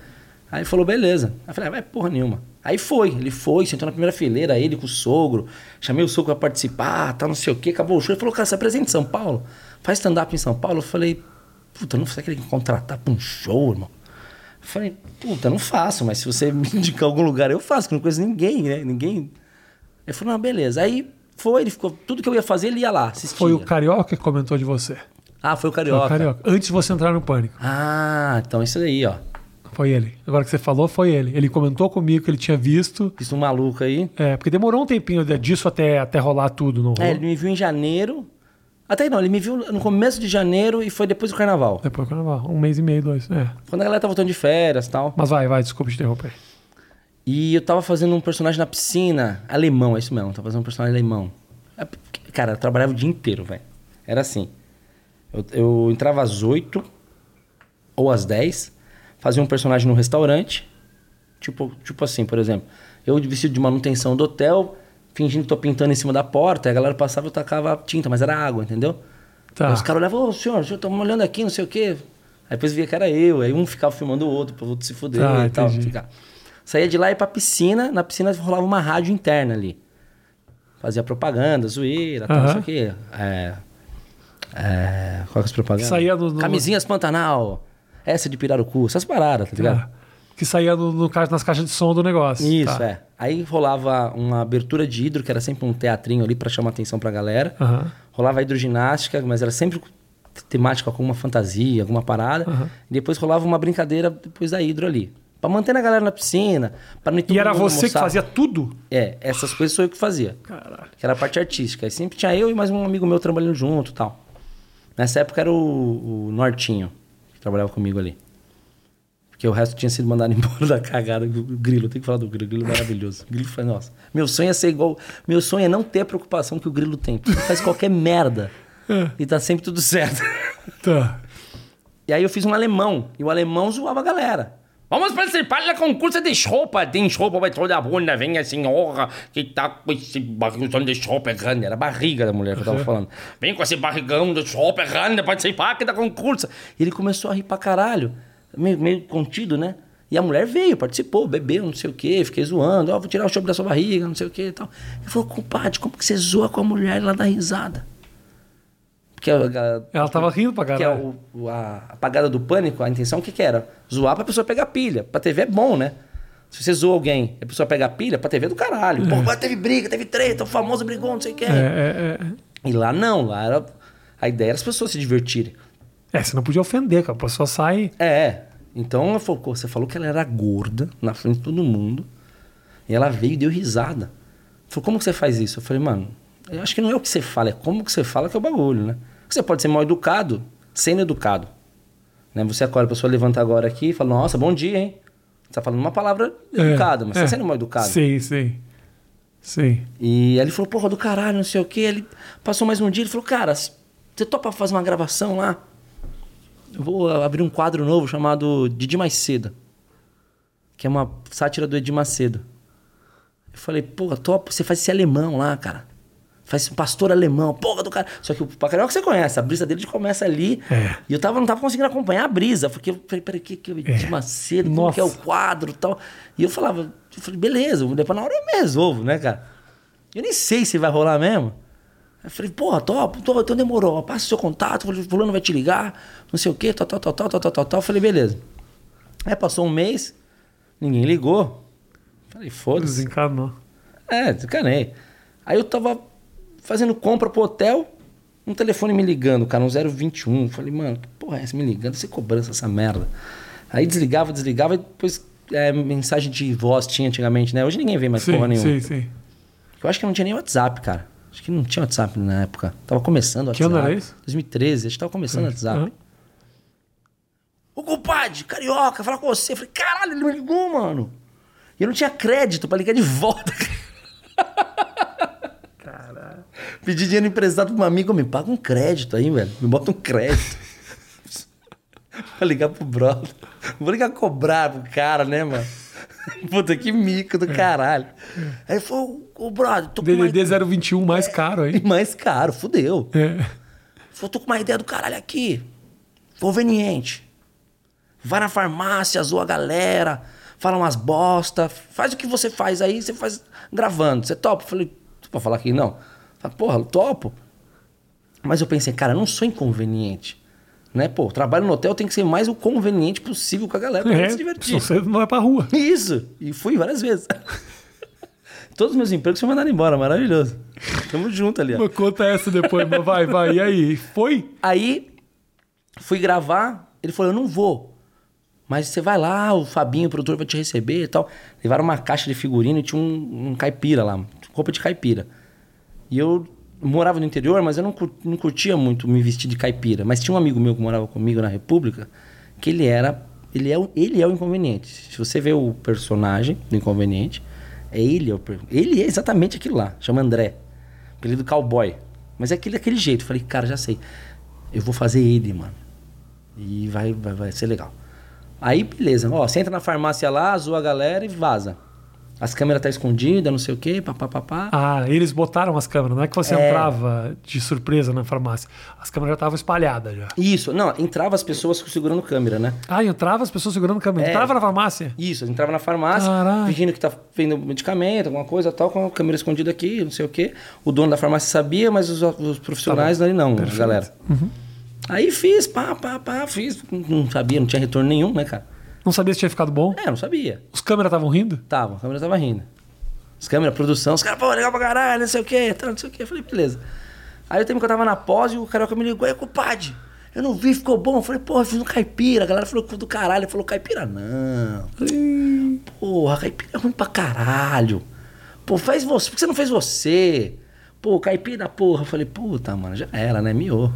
[SPEAKER 2] Aí ele falou, beleza. Aí eu falei, ah, vai porra nenhuma. Aí foi, ele foi, sentou na primeira fileira, ele com o sogro, chamei o sogro pra participar, tal, não sei o quê, acabou o show. Ele falou, cara, você apresenta em São Paulo? Faz stand-up em São Paulo? Eu falei, puta, não sei que ele contratar pra um show, irmão. Eu falei, puta, não faço, mas se você me indicar algum lugar, eu faço, que eu não conheço ninguém, né? Ninguém. Ele falou, não, beleza. Aí foi, ele ficou. Tudo que eu ia fazer, ele ia lá, assistia.
[SPEAKER 1] Foi o Carioca que comentou de você.
[SPEAKER 2] Ah, foi o
[SPEAKER 1] Foi
[SPEAKER 2] Carioca.
[SPEAKER 1] o Carioca. Antes de você entrar no pânico.
[SPEAKER 2] Ah, então isso aí, ó.
[SPEAKER 1] Foi ele. Agora que você falou, foi ele. Ele comentou comigo que ele tinha visto.
[SPEAKER 2] Isso um maluco aí.
[SPEAKER 1] É, porque demorou um tempinho de- disso até, até rolar tudo, não rolou?
[SPEAKER 2] É, ele me viu em janeiro. Até não, ele me viu no começo de janeiro e foi depois do carnaval.
[SPEAKER 1] Depois do carnaval. Um mês e meio, dois. É.
[SPEAKER 2] Quando a galera tá voltando de férias e tal.
[SPEAKER 1] Mas vai, vai, desculpa te interromper.
[SPEAKER 2] E eu tava fazendo um personagem na piscina, alemão, é isso mesmo, tava fazendo um personagem alemão. É porque, Cara, eu trabalhava o dia inteiro, velho. Era assim. Eu, eu entrava às 8 ou às 10, fazia um personagem no restaurante. Tipo, tipo assim, por exemplo, eu de vestido de manutenção do hotel, fingindo que tô pintando em cima da porta, aí a galera passava e eu tacava tinta, mas era água, entendeu?
[SPEAKER 1] Tá.
[SPEAKER 2] Aí os caras olhavam, ô senhor, o senhor tá molhando aqui, não sei o quê. Aí depois via que era eu, aí um ficava filmando o outro, pro outro se fuder
[SPEAKER 1] Tá,
[SPEAKER 2] e tal.
[SPEAKER 1] entendi.
[SPEAKER 2] ficar. Saía de lá e ia pra piscina, na piscina rolava uma rádio interna ali. Fazia propaganda, zoeira, tal,
[SPEAKER 1] Aham.
[SPEAKER 2] não sei o quê. É, é, qual que é as propagandas?
[SPEAKER 1] Saía no- no-
[SPEAKER 2] Camisinhas Pantanal, essa de Pirarucu, essas paradas, tá ligado?
[SPEAKER 1] Tá. Que saía no, no ca- nas caixas de som do negócio.
[SPEAKER 2] Isso,
[SPEAKER 1] Tá.
[SPEAKER 2] é. Aí rolava uma abertura de hidro, que era sempre um teatrinho ali pra chamar atenção pra galera.
[SPEAKER 1] Aham.
[SPEAKER 2] Rolava hidroginástica, mas era sempre temática com alguma fantasia, alguma parada. E depois rolava uma brincadeira depois da hidro ali. Pra manter a galera na piscina, pra não ir todo
[SPEAKER 1] E era
[SPEAKER 2] mundo
[SPEAKER 1] você que
[SPEAKER 2] almoçar.
[SPEAKER 1] fazia tudo?
[SPEAKER 2] É, essas coisas sou eu que fazia.
[SPEAKER 1] Caralho.
[SPEAKER 2] Que era a parte artística. Aí sempre tinha eu e mais um amigo meu trabalhando junto e tal. Nessa época era o, o Nortinho, que trabalhava comigo ali. Porque o resto tinha sido mandado embora da cagada. O Grilo, eu tenho que falar do Grilo. O Grilo é maravilhoso. O Grilo foi, nossa. Meu sonho é ser igual. Meu sonho é não ter a preocupação que o Grilo tem. Porque Ele faz qualquer merda. E tá sempre tudo certo.
[SPEAKER 1] Tá.
[SPEAKER 2] E aí eu fiz um alemão. E o alemão zoava a galera.
[SPEAKER 4] Vamos participar da concurso de roupa. Tem roupa pra toda a bunda. Vem a senhora que tá com esse barrigão de roupa grande. Era a barriga da mulher que eu tava falando. Vem com esse barrigão de roupa grande participar aqui da concurso.
[SPEAKER 2] E ele começou a rir pra caralho, meio, meio contido, né? E a mulher veio, participou, bebeu, não sei o quê, fiquei zoando, ó, vou tirar o chope da sua barriga, não sei o quê e tal. Ele falou, compadre, como que você zoa com a mulher e ela dá risada? Porque a, a-
[SPEAKER 1] Ela tava rindo pra
[SPEAKER 2] que é
[SPEAKER 1] caralho.
[SPEAKER 2] o, o- a apagada do pânico, a intenção o que, que era? Zoar pra pessoa pegar pilha. Pra TV é bom, né? Se você zoa alguém e a pessoa pega pilha, pra TV é do caralho. Pô, mas teve briga, teve treta, o famoso brigou, não sei quem.
[SPEAKER 1] É, é,
[SPEAKER 2] E lá não, lá era. A ideia era as pessoas se divertirem.
[SPEAKER 1] é. É, você não podia ofender, cara. A pessoa sai.
[SPEAKER 2] É. Então eu falei, "Pô, você falou que ela era gorda na frente de todo mundo. E ela veio e deu risada. Falou, como que você faz isso? Eu falei, mano, eu acho que não é o que você fala, é como que você fala que é o bagulho, né? Você pode ser mal educado, sendo educado. Né? Você acorda, a pessoa levanta agora aqui e fala, nossa, bom dia, hein? Você tá falando uma palavra
[SPEAKER 1] é,
[SPEAKER 2] educada, mas
[SPEAKER 1] é.
[SPEAKER 2] tá sendo mal educado.
[SPEAKER 1] Sim, sim. Sim.
[SPEAKER 2] E aí ele falou, porra do caralho, não sei o quê. Ele passou mais um dia, ele falou, cara, você topa fazer uma gravação lá? Eu vou abrir um quadro novo chamado Didi Mais Cedo. Que é uma sátira do Edir Macedo. Eu falei, porra, topa, você faz esse alemão lá, cara. Faz esse pastor alemão, porra do cara. Só que o Pacarioca você conhece, a brisa dele começa ali.
[SPEAKER 1] É.
[SPEAKER 2] E eu tava, não tava conseguindo acompanhar a brisa. Porque eu falei, peraí, o que, que é o Edir Macedo? Como que é o
[SPEAKER 1] Nossa.
[SPEAKER 2] quadro e tal. E eu falava, eu falei, beleza, depois na hora eu me resolvo, né, cara? Eu nem sei se vai rolar mesmo. Aí Eu falei, porra, top, tô, então demorou, passa o seu contato, o fulano vai te ligar, não sei o quê, tal, tal, tal, tal, tal, tal, tal, tal. Eu falei, beleza. Aí passou um mês, ninguém ligou. Falei, foda-se.
[SPEAKER 1] Desencarnou.
[SPEAKER 2] É, desencanei. Aí eu tava fazendo compra pro hotel, um telefone me ligando, cara, um 021. Falei, mano, que porra é essa me ligando? Você cobrança essa merda. Aí desligava, desligava, e depois é, mensagem de voz tinha antigamente, né? Hoje ninguém vê mais porra
[SPEAKER 1] Sim, sim,
[SPEAKER 2] nenhuma.
[SPEAKER 1] sim.
[SPEAKER 2] Eu acho que não tinha nem WhatsApp, cara. Acho que não tinha WhatsApp na época. Tava começando o
[SPEAKER 1] Que
[SPEAKER 2] WhatsApp.
[SPEAKER 1] ano era isso?
[SPEAKER 2] 2013, acho que tava começando o WhatsApp.
[SPEAKER 1] Aham.
[SPEAKER 2] Ô, compadre, carioca, falar com você. Eu falei, caralho, ele me ligou, mano. E eu não tinha crédito pra ligar de volta. Caralho. Pedi dinheiro emprestado pra um amigo, me paga um crédito aí, velho. Me bota um crédito. pra ligar pro brother. Vou ligar cobrar pro cara, né, mano? Puta, que mico do caralho. Aí ele falou, ô, brother, tô com uma...
[SPEAKER 1] DDD 021 mais
[SPEAKER 2] É.
[SPEAKER 1] caro aí.
[SPEAKER 2] mais caro, fudeu.
[SPEAKER 1] É.
[SPEAKER 2] Falou, tô com uma ideia do caralho aqui. Conveniente. Vai na farmácia, zoa a galera, fala umas bosta, faz o que você faz aí, você faz gravando. Você topa? Eu Falei, tu pode falar aqui não? Falei, porra, eu topo. Mas eu pensei, cara, eu não sou inconveniente. Né, pô, trabalho no hotel tem que ser mais o conveniente possível com a galera pra
[SPEAKER 1] É,
[SPEAKER 2] gente se
[SPEAKER 1] se
[SPEAKER 2] divertir.
[SPEAKER 1] você não vai pra rua.
[SPEAKER 2] Isso! E fui várias vezes. Todos os meus empregos foram mandados embora, maravilhoso. Tamo junto ali, ó.
[SPEAKER 1] Pô, Conta é essa depois, mas vai, vai. E aí? Foi?
[SPEAKER 2] Aí fui gravar, ele falou: Eu não vou. Mas você vai lá, o Fabinho, o produtor, vai te receber e tal. Levaram uma caixa de figurino e tinha um, um caipira lá, roupa de caipira. E eu morava no interior, mas eu não, cur- não curtia muito me vestir de caipira. Mas tinha um amigo meu que morava comigo na República, que ele era. Ele é, o- ele é o inconveniente. Se você vê o personagem do inconveniente, é ele, é o per- ele é exatamente aquilo lá. Chama André. Apelido cowboy. Mas é aquele, daquele jeito. Falei, cara, já sei. Eu vou fazer ele, mano. E vai, vai, vai ser legal. Aí, beleza. Ó, você entra na farmácia lá, zoa a galera e vaza. As câmeras tá escondidas, não sei o quê, papapá.
[SPEAKER 1] Ah, eles botaram as câmeras. Não é que você
[SPEAKER 2] É.
[SPEAKER 1] entrava de surpresa na farmácia. As câmeras já estavam espalhadas já.
[SPEAKER 2] Isso, não, entrava as pessoas segurando câmera, né?
[SPEAKER 1] Ah, entrava as pessoas segurando câmera.
[SPEAKER 2] É.
[SPEAKER 1] Entrava na farmácia.
[SPEAKER 2] Isso, entrava na farmácia,
[SPEAKER 1] Caralho.
[SPEAKER 2] fingindo que tá vendo medicamento, alguma coisa tal, com a câmera escondida aqui, não sei o quê. O dono da farmácia sabia, mas os, os profissionais ali não, a galera. Aí fiz, pá, pá, pá, fiz. Não sabia, não tinha retorno nenhum, né, cara?
[SPEAKER 1] Não sabia se tinha ficado bom.
[SPEAKER 2] É, não sabia.
[SPEAKER 1] Os câmeras estavam rindo.
[SPEAKER 2] Tava, a câmera tava rindo. As câmeras, produção, os caras, pô, legal pra caralho, não sei o quê, tal, não sei o quê. Eu falei, beleza. Aí o tempo que eu tava na pós e o carioca me ligou, e aí, compadre, eu não vi, ficou bom. Eu falei, pô, eu fiz um caipira. A galera falou do caralho. Ele falou, caipira não. Porra, caipira é ruim pra caralho. Pô, faz você, por que você não fez você? Pô, caipira, porra. Eu falei, puta, mano, já era, né? Miou.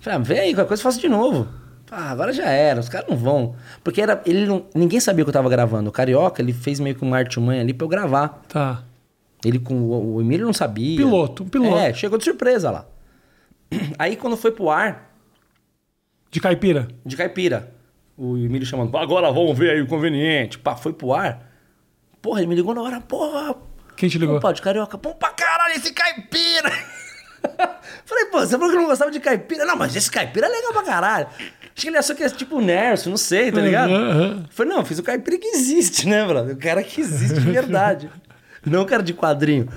[SPEAKER 2] Falei, ah, vem aí, qualquer coisa eu faço de novo. Ah, agora já era, os caras não vão. Porque era, ele não, ninguém sabia que eu tava gravando. O Carioca, ele fez meio que uma artimanha ali pra eu gravar.
[SPEAKER 1] Tá.
[SPEAKER 2] Ele com o, o Emílio não sabia.
[SPEAKER 1] Piloto, um piloto.
[SPEAKER 2] É, chegou de surpresa lá. Aí quando foi pro ar,
[SPEAKER 1] De caipira.
[SPEAKER 2] de caipira, O Emílio chamando, agora vamos ver aí o conveniente. Pá, foi pro ar. Porra, ele me ligou na hora, porra.
[SPEAKER 1] Quem te ligou?
[SPEAKER 5] Opa,
[SPEAKER 2] De carioca, bom pra caralho esse caipira. Falei, pô, você falou que não gostava de caipira. Não, mas esse caipira é legal pra caralho. Acho que ele achou que era tipo Nerso, não sei,
[SPEAKER 1] Uhum,
[SPEAKER 2] tá ligado?
[SPEAKER 1] Aham, aham.
[SPEAKER 2] Falei, não, eu fiz o caipira que existe, né, brother? O cara que existe de verdade. não o cara de quadrinho.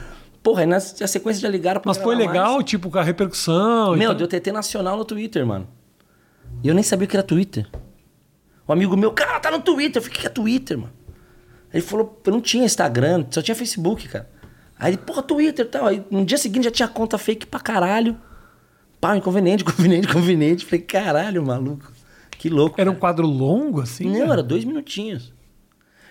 [SPEAKER 2] Porra, aí na a sequência já ligaram pra
[SPEAKER 1] Mas foi
[SPEAKER 2] gravar mais.
[SPEAKER 1] legal, tipo, a repercussão. e
[SPEAKER 2] Meu,
[SPEAKER 1] tal.
[SPEAKER 2] deu TT nacional no Twitter, mano. E eu nem sabia o que era Twitter. Um amigo meu, cara, tá no Twitter. Eu falei, o que que é Twitter, mano? Ele falou, eu não tinha Instagram, só tinha Facebook, cara. Aí ele, porra, Twitter e tal. Aí no dia seguinte já tinha conta fake pra caralho. Pau, inconveniente, conveniente, conveniente. Falei, caralho, maluco. Que louco.
[SPEAKER 1] Era um quadro longo, assim?
[SPEAKER 2] Não,
[SPEAKER 1] cara?
[SPEAKER 2] era dois minutinhos.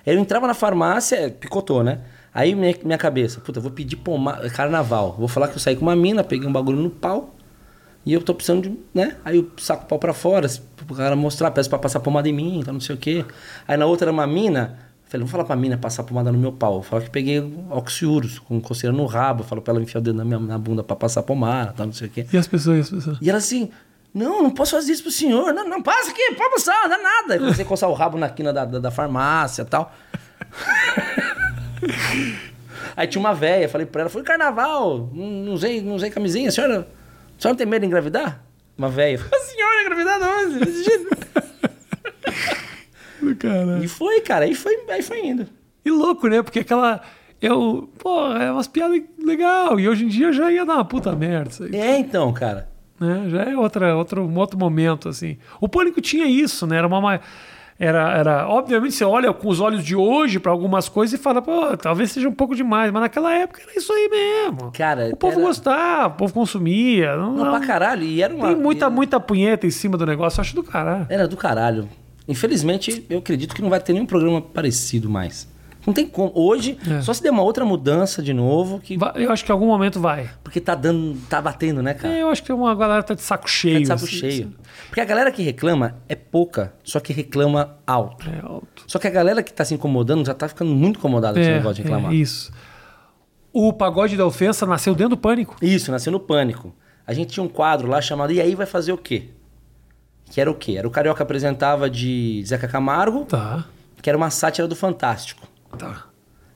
[SPEAKER 2] Eu entrava na farmácia, picotou, né? Aí minha, minha cabeça, puta, eu vou pedir pomada, carnaval. Vou falar que eu saí com uma mina, peguei um bagulho no pau. E eu tô precisando de, né? Aí eu saco o pau pra fora, se- pro cara mostrar, peço pra passar pomada em mim, então não sei o quê. Aí na outra era uma mina, falei, não vou falar pra mina passar pomada no meu pau. Vou falar que peguei oxiuros, com coceira no rabo. Falo pra ela enfiar o dedo na minha na bunda pra passar pomada, tal, não sei o quê.
[SPEAKER 1] E as pessoas, e as pessoas?
[SPEAKER 2] E ela assim, não, não posso fazer isso pro senhor. Não, não, passa aqui, pode passar, não é nada. Eu comecei a coçar o rabo na quina da, da, da farmácia e tal. Aí tinha uma véia, falei pra ela, foi carnaval, não- não usei, não usei camisinha, a senhora, a senhora tem medo de engravidar? Uma véia. A senhora engravidar não, desse jeito."
[SPEAKER 1] Caralho.
[SPEAKER 2] E foi, cara, aí foi, aí foi indo.
[SPEAKER 1] E louco, né? Porque aquela. Eu. Pô, é umas piadas legal. E hoje em dia já ia dar uma puta merda isso aí.
[SPEAKER 2] É então, cara.
[SPEAKER 1] né? Já é outra, outro, um outro momento, assim. O Pânico tinha isso, né? Era uma... ma- Era, era, obviamente, você olha com os olhos de hoje pra algumas coisas e fala, pô, talvez seja um pouco demais, mas naquela época era isso aí mesmo.
[SPEAKER 2] Cara,
[SPEAKER 1] o povo
[SPEAKER 2] era-
[SPEAKER 1] gostava, o povo consumia. Não,
[SPEAKER 2] Não,
[SPEAKER 1] não-
[SPEAKER 2] pra caralho, e era uma...
[SPEAKER 1] Tem muita,
[SPEAKER 2] era-
[SPEAKER 1] muita punheta em cima do negócio, eu acho do caralho.
[SPEAKER 2] Era do caralho. Infelizmente, eu acredito que não vai ter nenhum programa parecido mais. Não tem como. Hoje,
[SPEAKER 1] É.
[SPEAKER 2] só se der uma outra mudança de novo, que...
[SPEAKER 1] Va- Eu acho que em algum momento vai.
[SPEAKER 2] porque tá dando. tá batendo, né, cara?
[SPEAKER 1] É, eu acho que uma galera tá de saco cheio.
[SPEAKER 2] Tá de saco
[SPEAKER 1] assim,
[SPEAKER 2] cheio.
[SPEAKER 1] assim.
[SPEAKER 2] Porque a galera que reclama é pouca, só que reclama alto.
[SPEAKER 1] É, alto.
[SPEAKER 2] Só que a galera que tá se incomodando já tá ficando muito incomodada com esse
[SPEAKER 1] É,
[SPEAKER 2] negócio de reclamar.
[SPEAKER 1] é, isso. O pagode da ofensa nasceu dentro do pânico.
[SPEAKER 2] Isso, nasceu no pânico. A gente tinha um quadro lá chamado E aí vai fazer o quê? Que era o quê? Era o Carioca apresentava de Zeca Camargo,
[SPEAKER 1] Tá,
[SPEAKER 2] que era uma sátira do Fantástico.
[SPEAKER 1] tá.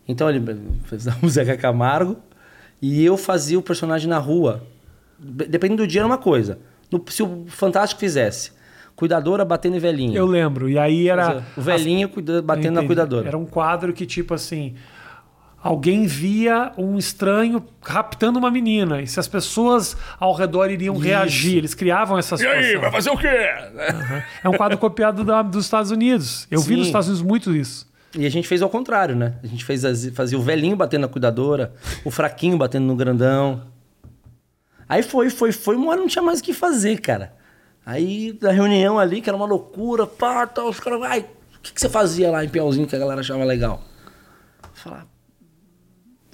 [SPEAKER 2] Então ele fez o Zeca Camargo e eu fazia o personagem na rua. Be- Dependendo do dia era uma coisa. No- se o Fantástico fizesse, cuidadora batendo em velhinho.
[SPEAKER 1] Eu lembro. E aí era.
[SPEAKER 2] o velhinho cuida- batendo na
[SPEAKER 1] Entendi.
[SPEAKER 2] cuidadora.
[SPEAKER 1] Era um quadro que, tipo assim. Alguém via um estranho captando uma menina. E se as pessoas ao redor iriam reagir, eles criavam essa situação.
[SPEAKER 2] fazer o quê?
[SPEAKER 1] É um quadro copiado da- dos Estados Unidos. Eu vi
[SPEAKER 2] Sim.
[SPEAKER 1] nos Estados Unidos muito isso.
[SPEAKER 2] E a gente fez ao contrário, né? A gente fez as- fazia o velhinho batendo na cuidadora, o fraquinho batendo no grandão. Aí foi, foi, foi, uma hora não tinha mais o que fazer, cara. Aí na reunião ali, que era uma loucura, pá, tal, os caras, ai, o que, que você fazia lá em Piauzinho que a galera achava legal? Falar,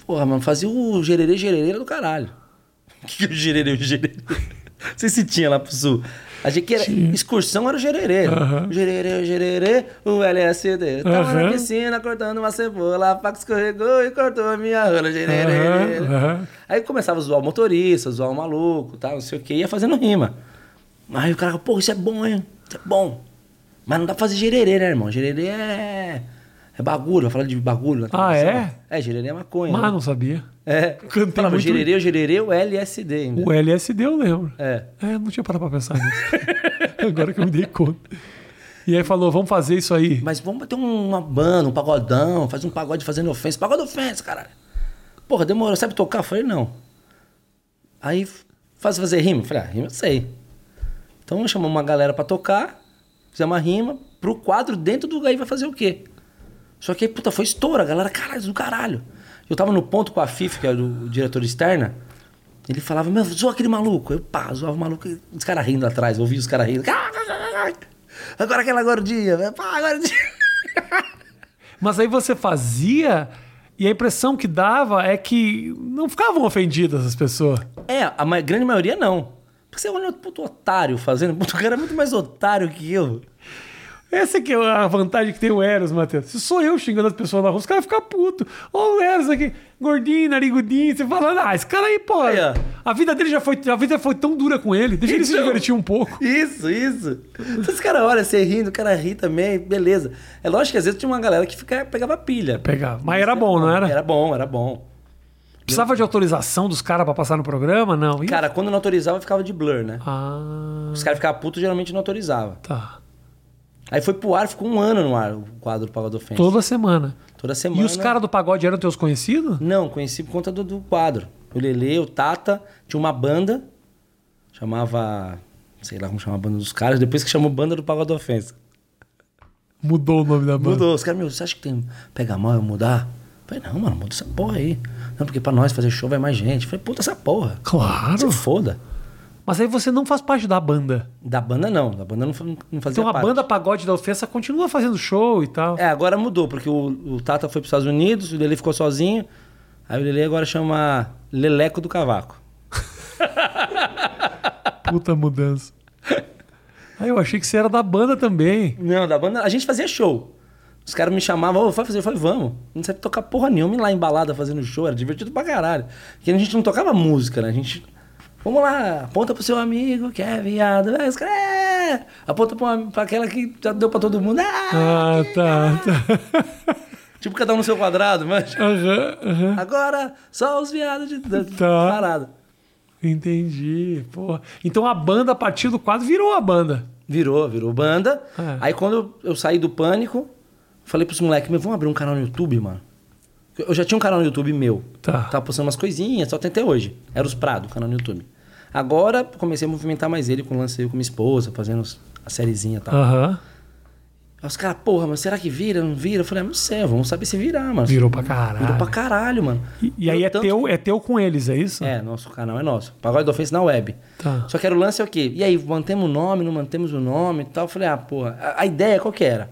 [SPEAKER 2] porra, mano, fazia o gererê gerereira do caralho. O que, que é o gererê o gererê? Não sei se tinha lá pro sul. A gente que era, excursão era o gererê. O Gererê, o gererê, o LSD. Eu Tava na
[SPEAKER 1] Aham.
[SPEAKER 2] piscina cortando uma cebola, a faca escorregou e cortou a minha rola. Gererê, gererê.
[SPEAKER 1] Aham, aham.
[SPEAKER 2] Aí começava a zoar o motorista, zoar o maluco, tal, não sei o quê, ia fazendo rima. Aí o cara, pô, isso é bom, hein? Isso é bom. Mas não dá pra fazer gererê, né, irmão? Gererê é. É bagulho, vai falar de bagulho. na
[SPEAKER 1] Ah,
[SPEAKER 2] televisão.
[SPEAKER 1] é?
[SPEAKER 2] É, gererê é maconha.
[SPEAKER 1] Mas
[SPEAKER 2] né?
[SPEAKER 1] não sabia.
[SPEAKER 2] É.
[SPEAKER 1] Cantei
[SPEAKER 2] Falava
[SPEAKER 1] muito-
[SPEAKER 2] gererê, o gererê, é o LSD ainda.
[SPEAKER 1] O LSD eu lembro.
[SPEAKER 2] É.
[SPEAKER 1] É, não tinha parado pra pensar nisso. Agora que eu me dei conta. E aí falou, vamos fazer isso aí.
[SPEAKER 2] Mas vamos bater uma banda, um pagodão, faz um pagode fazendo ofensa. Pagode ofensa, caralho. Porra, demorou, sabe tocar? Falei, não. Aí, faz fazer rima? Falei, ah, rima eu sei. Então, chamamos uma galera pra tocar, fizemos uma rima, pro quadro dentro do Aí vai fazer o quê? Só que aí, puta, foi estoura, a galera, caralho, do caralho. Eu tava no ponto com a FIF, que era o diretor externa, ele falava, meu, zoa aquele maluco. Eu, pá, zoava o maluco, e os caras rindo atrás, eu ouvia os caras rindo. Agora aquela agora o dia, né? pá, agora o dia.
[SPEAKER 1] Mas aí você fazia e a impressão que dava é que não ficavam ofendidas as pessoas.
[SPEAKER 2] É, a ma- grande maioria um não. Porque você olha o puto otário fazendo, puto, o cara é muito mais otário que eu.
[SPEAKER 1] Essa que é a vantagem que tem o Eros, Matheus. Se sou eu xingando as pessoas na rua, os caras ficam putos. Olha o Eros aqui, gordinho, narigudinho, você fala, ah, esse cara aí, pô.
[SPEAKER 2] Aí, ó.
[SPEAKER 1] a vida dele já foi, a vida foi tão dura com ele. Deixa ele se
[SPEAKER 2] Então.
[SPEAKER 1] divertir um pouco.
[SPEAKER 2] Isso, isso. Então, os caras olham, você rindo, o cara ri também, beleza. É lógico que às vezes tinha uma galera que fica, pegava pilha.
[SPEAKER 1] Pegava. Mas era bom, não era?
[SPEAKER 2] Era bom, era bom.
[SPEAKER 1] Precisava de autorização dos caras pra passar no programa? Não. Ih,
[SPEAKER 2] Cara, quando não autorizava, ficava de blur, né?
[SPEAKER 1] Ah,
[SPEAKER 2] Os caras ficavam putos, geralmente não autorizava.
[SPEAKER 1] tá.
[SPEAKER 2] Aí foi pro ar, ficou um ano no ar o quadro do Pagode Ofensa.
[SPEAKER 1] Toda semana.
[SPEAKER 2] Toda semana.
[SPEAKER 1] E os caras do pagode eram teus conhecidos?
[SPEAKER 2] Não, conheci por conta do, do quadro. O Lele, o Tata, tinha uma banda, chamava. Sei lá como chamava a banda dos caras, depois que chamou Banda do Pagode Ofensa.
[SPEAKER 1] Mudou o nome da banda.
[SPEAKER 2] Mudou. Os caras, meu, você acha que tem. Pega mal eu mudar? Eu falei, não, mano, muda essa porra aí. Não, porque pra nós fazer show vai mais gente. Eu falei, puta essa porra.
[SPEAKER 1] Claro.
[SPEAKER 2] Se foda.
[SPEAKER 1] Mas aí você não faz parte da banda.
[SPEAKER 2] Da banda não, da banda não, fa- não fazia
[SPEAKER 1] Então a
[SPEAKER 2] parte.
[SPEAKER 1] banda Pagode da Ofensa continua fazendo show e tal.
[SPEAKER 2] É, agora mudou, porque o, o Tata foi pros Estados Unidos, o Lele ficou sozinho. Aí o Lele agora chama Leleco do Cavaco.
[SPEAKER 1] Puta mudança. Aí eu achei que você era da banda também.
[SPEAKER 2] Não, da banda. A gente fazia show. Os caras me chamavam, ô, vai fazer, eu falei, vamos. Não sabe tocar porra nenhuma, e lá em balada fazendo show, era divertido pra caralho. Porque a gente não tocava música, né? A gente. Vamos lá, aponta pro seu amigo que é viado. É, os caras, é. Aponta pra, uma- pra aquela que já deu pra todo mundo. Ah!
[SPEAKER 1] Ah, tá, tá.
[SPEAKER 2] Tipo, cada um no seu quadrado, mas.
[SPEAKER 1] Aham, aham.
[SPEAKER 2] Agora, só os viados de, de de
[SPEAKER 1] Tá.
[SPEAKER 2] parada.
[SPEAKER 1] Entendi. Porra. Então a banda, a partir do quadro, virou a banda.
[SPEAKER 2] Virou, virou banda.
[SPEAKER 1] É.
[SPEAKER 2] Aí quando eu, eu saí do pânico, falei pros moleques, meu, vamos abrir um canal no YouTube, mano? Eu eu já tinha um canal no YouTube meu.
[SPEAKER 1] Tá.
[SPEAKER 2] Tava postando umas coisinhas, só tem até hoje. Era os Prado, o canal no YouTube. Agora comecei a movimentar mais ele com o lance eu com minha esposa, fazendo os- a sériezinha e tal.
[SPEAKER 1] Aham.
[SPEAKER 2] Aí os caras, porra, mas será que vira? Não vira? Eu falei, ah, não sei, vamos saber se virar, mano.
[SPEAKER 1] Virou pra caralho.
[SPEAKER 2] Virou pra caralho, mano.
[SPEAKER 1] E, e aí
[SPEAKER 2] Eu
[SPEAKER 1] é
[SPEAKER 2] tanto-
[SPEAKER 1] teu, é teu com eles, é isso?
[SPEAKER 2] É, nosso canal é nosso. Pagode da Ofensa na web.
[SPEAKER 1] Tá.
[SPEAKER 2] Só que era o lance é o quê? E aí, mantemos o nome, não mantemos o nome e tal? Eu falei, ah, porra, a, a ideia qual que era?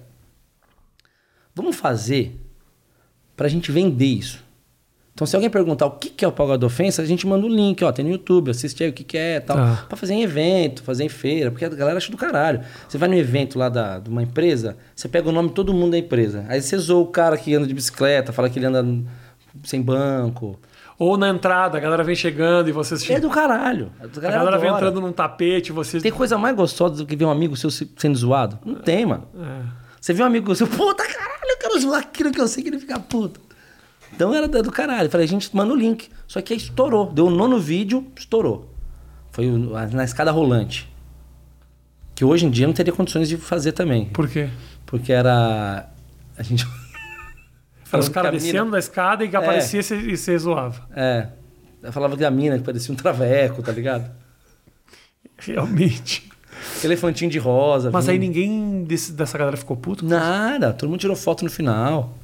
[SPEAKER 2] Vamos fazer pra gente vender isso. Então, se alguém perguntar o que que é o Pagode da Ofensa, a gente manda o link, ó, tem no YouTube, assiste aí o que que é e tal.
[SPEAKER 1] Tá.
[SPEAKER 2] Pra fazer em evento, fazer em feira, porque a galera acha do caralho. Você vai no evento lá da, de uma empresa, você pega o nome de todo mundo da empresa. Aí você zoa o cara que anda de bicicleta, fala que ele anda sem banco.
[SPEAKER 1] Ou na entrada, a galera vem chegando e vocês
[SPEAKER 2] É
[SPEAKER 1] ficam.
[SPEAKER 2] do caralho. A
[SPEAKER 1] A galera vem
[SPEAKER 2] adora.
[SPEAKER 1] entrando num tapete, vocês.
[SPEAKER 2] Tem coisa mais gostosa do que ver um amigo seu se- sendo zoado? Não tem, mano. Você vê um amigo seu, puta caralho, eu quero zoar aquilo que eu sei que ele fica puto. Então era do do caralho. Falei, a gente manda o link. Só que aí estourou. Deu o nono vídeo, estourou. Foi o- a- na escada rolante. Que hoje em dia eu não teria condições de fazer também.
[SPEAKER 1] Por quê?
[SPEAKER 2] Porque era. A gente.
[SPEAKER 1] Os
[SPEAKER 2] Falando que a
[SPEAKER 1] caras
[SPEAKER 2] mina-
[SPEAKER 1] descendo da escada e que aparecia e cê- e você zoava.
[SPEAKER 2] É. Eu falava que a mina que parecia um traveco, tá ligado?
[SPEAKER 1] Realmente.
[SPEAKER 2] Elefantinho de rosa.
[SPEAKER 1] Mas aí
[SPEAKER 2] vindo.
[SPEAKER 1] ninguém desse- dessa galera ficou puto?
[SPEAKER 2] Nada, todo mundo tirou foto no final.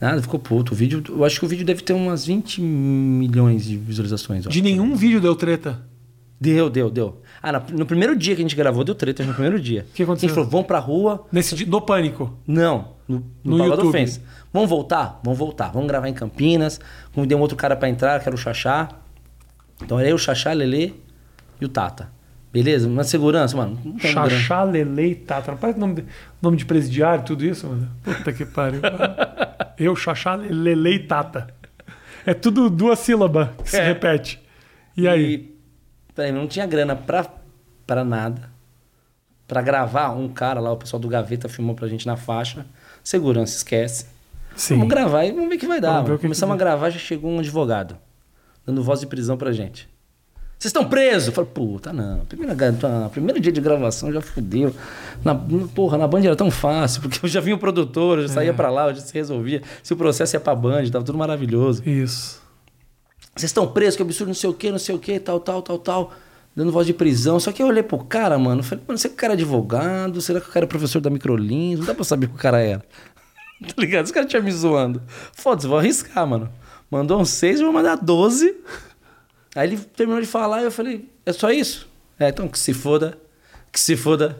[SPEAKER 2] Nada, ficou puto. O vídeo, eu acho que o vídeo deve ter umas 20 milhões de visualizações. ó.
[SPEAKER 1] De nenhum vídeo deu treta.
[SPEAKER 2] Deu, deu, deu. Ah, na- no primeiro dia que a gente gravou, deu treta no primeiro dia.
[SPEAKER 1] que aconteceu?
[SPEAKER 2] A gente falou, vamos pra rua.
[SPEAKER 1] Nesse dia, no pânico.
[SPEAKER 2] Não, no,
[SPEAKER 1] No
[SPEAKER 2] no, Pagode
[SPEAKER 1] YouTube.
[SPEAKER 2] Ofensa. Vamos voltar? Vamos voltar. Vamos gravar em Campinas. Convidei um outro cara pra entrar, que era o Xaxá. Então era eu, o Xaxá, Lelê e o Tata. Beleza? Mas segurança, mano. Não tem um grana.
[SPEAKER 1] Xaxá, Lele e Tata. Não parece nome de, nome de presidiário, tudo isso, mano? Puta que pariu. Eu, Xaxá, Lele e Tata. É tudo duas sílabas que se
[SPEAKER 2] É.
[SPEAKER 1] repete. E aí?
[SPEAKER 2] E, peraí, não tinha grana pra, pra nada. Pra gravar, um cara lá, o pessoal do Gaveta filmou pra gente na faixa. Segurança, esquece.
[SPEAKER 1] Sim.
[SPEAKER 2] Vamos gravar e vamos ver o que vai dar.
[SPEAKER 1] Vamos ver
[SPEAKER 2] mano.
[SPEAKER 1] o que que
[SPEAKER 2] Começamos a gravar, já chegou um advogado. Dando voz de prisão pra gente. Vocês estão presos? Eu falei, puta, não. Primeira, gra- tá, primeiro dia de gravação já fudeu. Na, porra, na Band era tão fácil, porque eu já vinha o produtor, eu já
[SPEAKER 1] É.
[SPEAKER 2] saía pra lá, eu já se resolvia. Se o processo ia pra Band, tava tudo maravilhoso.
[SPEAKER 1] Isso.
[SPEAKER 2] Vocês estão presos, que absurdo, não sei o que, não sei o que, tal, tal, tal, tal. Dando voz de prisão. Só que eu olhei pro cara, mano. Falei, mano, será que o cara é advogado? Será que o cara é professor da Microlins? Não dá pra saber o que o cara era. tá ligado? Os caras tinham me zoando. Foda-se, vou arriscar, mano. Mandou um 6, eu vou mandar 12. Aí ele terminou de falar e eu falei, é só isso? É, então que se foda, que se foda,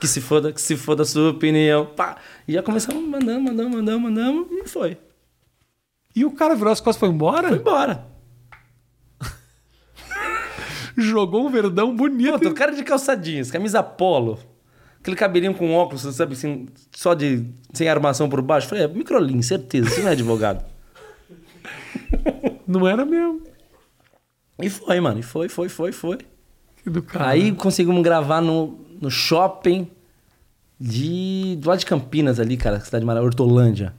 [SPEAKER 2] que se foda, que se foda a sua opinião. Pá. E já começamos, mandando, mandando, mandando, mandando, e foi.
[SPEAKER 1] E o cara virou as costas e foi embora?
[SPEAKER 2] Foi embora.
[SPEAKER 1] Jogou um verdão bonito.
[SPEAKER 2] Puta, o cara de calça jeans, camisa polo, Aquele cabelinho com óculos, sabe, assim, só de. sem armação por baixo. Falei, é microlin, certeza, isso não é advogado.
[SPEAKER 1] Não era mesmo.
[SPEAKER 2] e foi, mano, e foi, foi, foi, foi.
[SPEAKER 1] Que do cara.
[SPEAKER 2] Aí
[SPEAKER 1] Aí...
[SPEAKER 2] conseguimos gravar no, no shopping de. do lado de Campinas ali, cara, cidade maravilhosa, Hortolândia.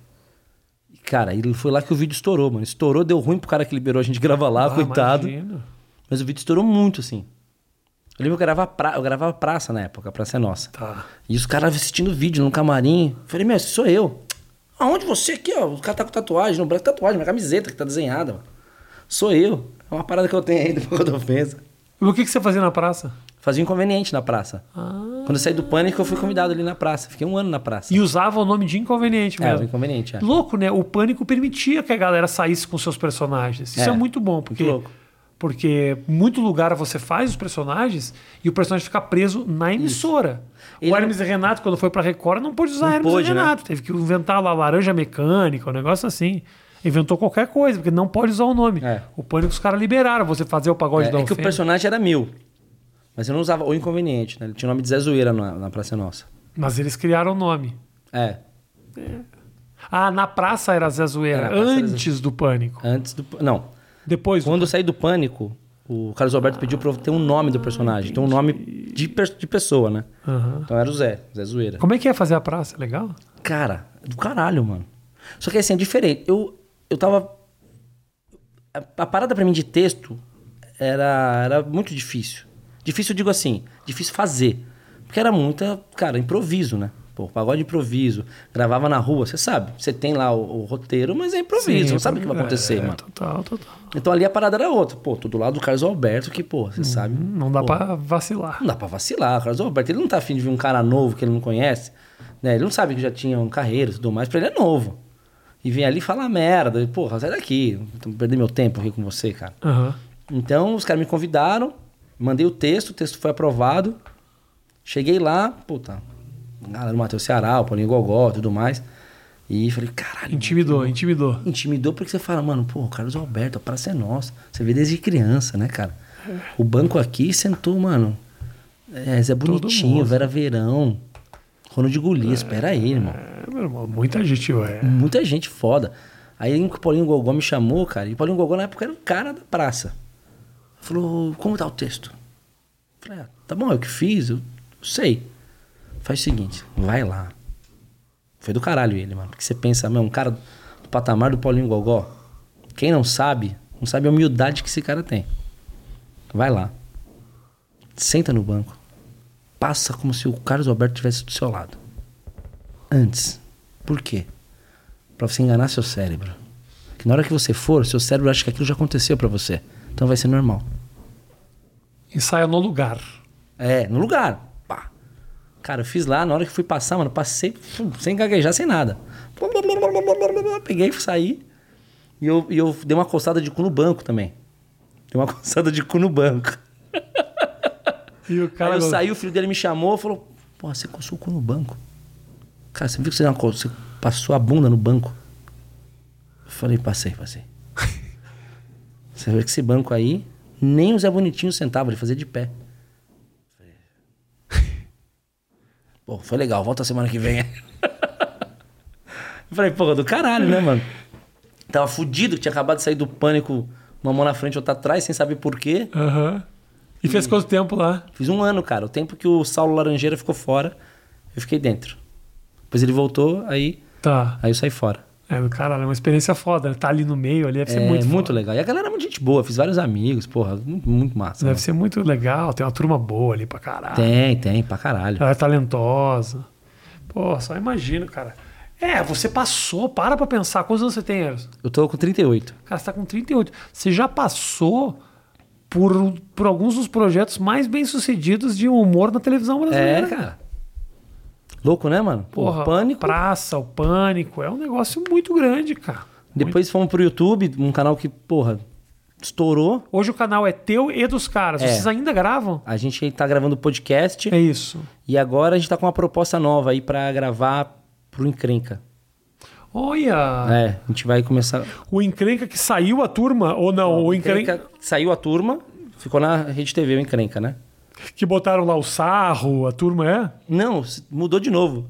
[SPEAKER 2] E, Cara, ele foi lá que o vídeo estourou, mano. Estourou, deu ruim pro cara que liberou a gente gravar
[SPEAKER 1] Ah,
[SPEAKER 2] lá, coitado. Mas o vídeo estourou muito, assim. Eu lembro que eu gravava, pra... eu gravava praça na época, a praça é nossa.
[SPEAKER 6] Tá.
[SPEAKER 2] E os caras assistindo vídeo no camarim. Eu Falei, meu, esse sou eu. Aonde você aqui, ó? O cara tá com tatuagem, no branco tatuagem, minha camiseta que tá desenhada, mano. Sou eu. É uma parada que eu tenho ainda, por causa da ofensa.
[SPEAKER 1] E o que, que você fazia na praça?
[SPEAKER 2] Fazia inconveniente na praça. Quando eu saí do pânico, eu fui convidado ali na praça. Fiquei um ano na praça.
[SPEAKER 1] E usava o nome de inconveniente
[SPEAKER 2] É, o
[SPEAKER 1] mesmo.
[SPEAKER 2] inconveniente, é.
[SPEAKER 1] Louco, né? O pânico permitia que a galera saísse com seus personagens. Isso é,
[SPEAKER 2] É,
[SPEAKER 1] muito bom, porque.
[SPEAKER 2] muito louco.
[SPEAKER 1] Porque muito lugar você faz os personagens e o personagem fica preso na emissora.
[SPEAKER 2] Ele
[SPEAKER 1] o
[SPEAKER 2] não-
[SPEAKER 1] Hermes e Renato, quando foi pra Record, não pôde usar
[SPEAKER 2] Não
[SPEAKER 1] Hermes
[SPEAKER 2] pôde,
[SPEAKER 1] e
[SPEAKER 2] né?
[SPEAKER 1] Renato. Teve que inventar lá laranja mecânica, um negócio assim. Inventou qualquer coisa, porque não pode usar o nome.
[SPEAKER 2] É.
[SPEAKER 1] O pânico os caras liberaram você fazer o pagode
[SPEAKER 2] É,
[SPEAKER 1] da
[SPEAKER 2] é que o
[SPEAKER 1] ofensa.
[SPEAKER 2] personagem era meu. Mas eu não usava o inconveniente, né? Ele tinha o nome de Zé Zoeira na, na Praça Nossa.
[SPEAKER 1] Mas eles criaram o nome.
[SPEAKER 2] É,
[SPEAKER 1] Ah, na praça era Zé Zoeira,
[SPEAKER 2] Era na praça era Zé-
[SPEAKER 1] antes do pânico.
[SPEAKER 2] antes do. Não.
[SPEAKER 1] Depois do
[SPEAKER 2] Quando eu saí do pânico, o Carlos Alberto pediu pra eu ter um nome do personagem. Então, um nome de, per- de pessoa, né?
[SPEAKER 1] Aham.
[SPEAKER 2] Então era o Zé, Zé Zoeira.
[SPEAKER 1] Como é que é fazer a praça? Legal?
[SPEAKER 2] Cara, do caralho, mano. Só que assim, é diferente. Eu, eu tava. A, a parada pra mim de texto era, era muito difícil. Difícil, eu digo assim, difícil fazer. Porque era muita, cara, improviso, né? Pô, pagode de improviso. Gravava na rua, você sabe. Você tem lá o, o roteiro, mas é improviso,
[SPEAKER 1] Sim,
[SPEAKER 2] não sabe o que vai
[SPEAKER 1] é,
[SPEAKER 2] acontecer, mano.
[SPEAKER 1] Total, total.
[SPEAKER 2] Então ali a parada era outra. Pô, tô do lado do Carlos Alberto, que, pô, você sabe.
[SPEAKER 1] Não dá
[SPEAKER 2] pô,
[SPEAKER 1] pra vacilar.
[SPEAKER 2] não dá pra vacilar. O Carlos Alberto, ele não tá afim de ver um cara novo que ele não conhece. Né? Ele não sabe que já tinha um carreira e tudo mais. Pra ele é novo. E vem ali e fala merda. E, porra, sai daqui. Tô perdendo meu tempo aqui com você, cara.
[SPEAKER 1] Aham.
[SPEAKER 2] Então, os caras me convidaram. Mandei o texto. O texto foi aprovado. Cheguei lá. Puta. a Galera do Matheus Ceará, o Paulinho Gogó, tudo mais. E falei, caralho.
[SPEAKER 1] Intimidou, intimidou.
[SPEAKER 2] Intimidou porque você fala, mano, pô, o Carlos Alberto, a praça é nossa. Você vê desde criança, né, cara? O banco aqui sentou, mano. É, Zé Bonitinho,
[SPEAKER 1] mundo.
[SPEAKER 2] Vera Verão, Ronald Golias, pera aí, irmão.
[SPEAKER 1] É, meu irmão, muita gente é.
[SPEAKER 2] Muita gente foda. Aí um o Paulinho Gogó me chamou, cara, e o Paulinho Gogó na época era um cara da praça. Falou, como tá o texto? Falei, ah, tá bom, eu que fiz, eu sei. Faz o seguinte, vai lá. Foi do caralho ele, mano. Porque você pensa, meu, um cara do patamar do Paulinho Gogó, quem não sabe, não sabe a humildade que esse cara tem. Vai lá. Senta no banco. Passa como se o Carlos Alberto estivesse do seu lado. Antes. Por quê? Pra você enganar seu cérebro. Que na hora que você for, seu cérebro acha que aquilo já aconteceu pra você. Então vai ser normal.
[SPEAKER 1] Ensaia no lugar.
[SPEAKER 2] É, no lugar. Pá. Cara, eu fiz lá, na hora que fui passar, mano, passei fum, sem gaguejar, sem nada. Peguei, saí. E eu, e eu dei uma coçada de cu no banco também. Dei uma coçada de cu no banco.
[SPEAKER 1] E o
[SPEAKER 2] Aí
[SPEAKER 1] cara.
[SPEAKER 2] eu saí, o filho dele me chamou falou: Pô, você coçou o cu no banco. Cara, você viu que você, deu uma co- você passou a bunda no banco? Eu falei: Passei, passei. você vê que esse banco aí, nem o Zé Bonitinho sentava, ele fazia de pé. Falei, Pô, foi legal, volta semana que vem. eu falei: Porra, do caralho, né, mano? Tava fudido, que tinha acabado de sair do pânico, uma mão na frente, outra atrás, sem saber por quê.
[SPEAKER 1] Aham. E fez quanto tempo lá?
[SPEAKER 2] Fiz um ano, cara. O tempo que o Saulo Laranjeira ficou fora, eu fiquei dentro. Depois ele voltou, aí,
[SPEAKER 1] Tá.
[SPEAKER 2] aí eu saí fora.
[SPEAKER 1] É, do caralho, é uma experiência foda. né? Tá ali no meio, ali deve ser
[SPEAKER 2] é
[SPEAKER 1] muito.
[SPEAKER 2] muito,
[SPEAKER 1] foda.
[SPEAKER 2] legal. E a galera é muito gente boa, fiz vários amigos, porra, muito, muito massa.
[SPEAKER 1] Deve
[SPEAKER 2] né?
[SPEAKER 1] ser muito legal. Tem uma turma boa ali pra
[SPEAKER 2] É.
[SPEAKER 1] caralho.
[SPEAKER 2] Tem, tem, pra caralho.
[SPEAKER 1] Ela é talentosa. Pô, só imagino, cara. É, você passou, para pra pensar. Quantos anos você tem, Eros?
[SPEAKER 2] Eu tô com 38.
[SPEAKER 1] Cara, você tá com 38. Você já passou por, por alguns dos projetos mais bem-sucedidos de humor na televisão brasileira.
[SPEAKER 2] É, cara. Louco, né, mano? Pô,
[SPEAKER 1] Porra,
[SPEAKER 2] pânico.
[SPEAKER 1] Praça, o pânico. É um negócio muito grande, cara.
[SPEAKER 2] Depois fomos pro YouTube, um canal que, porra, estourou.
[SPEAKER 1] Hoje o canal é teu e dos caras.
[SPEAKER 2] É.
[SPEAKER 1] Vocês ainda gravam?
[SPEAKER 2] A gente tá gravando podcast
[SPEAKER 1] É isso.
[SPEAKER 2] e agora a gente tá com uma proposta nova aí pra gravar pro Encrenca.
[SPEAKER 1] Olha!
[SPEAKER 2] É, a gente vai começar.
[SPEAKER 1] O encrenca que saiu a turma, ou não? o encrenca.
[SPEAKER 2] Encrenca, saiu a turma, ficou na Rede TV o Encrenca, né?
[SPEAKER 1] Que botaram lá o sarro, a turma é?
[SPEAKER 2] Não, se- mudou de novo.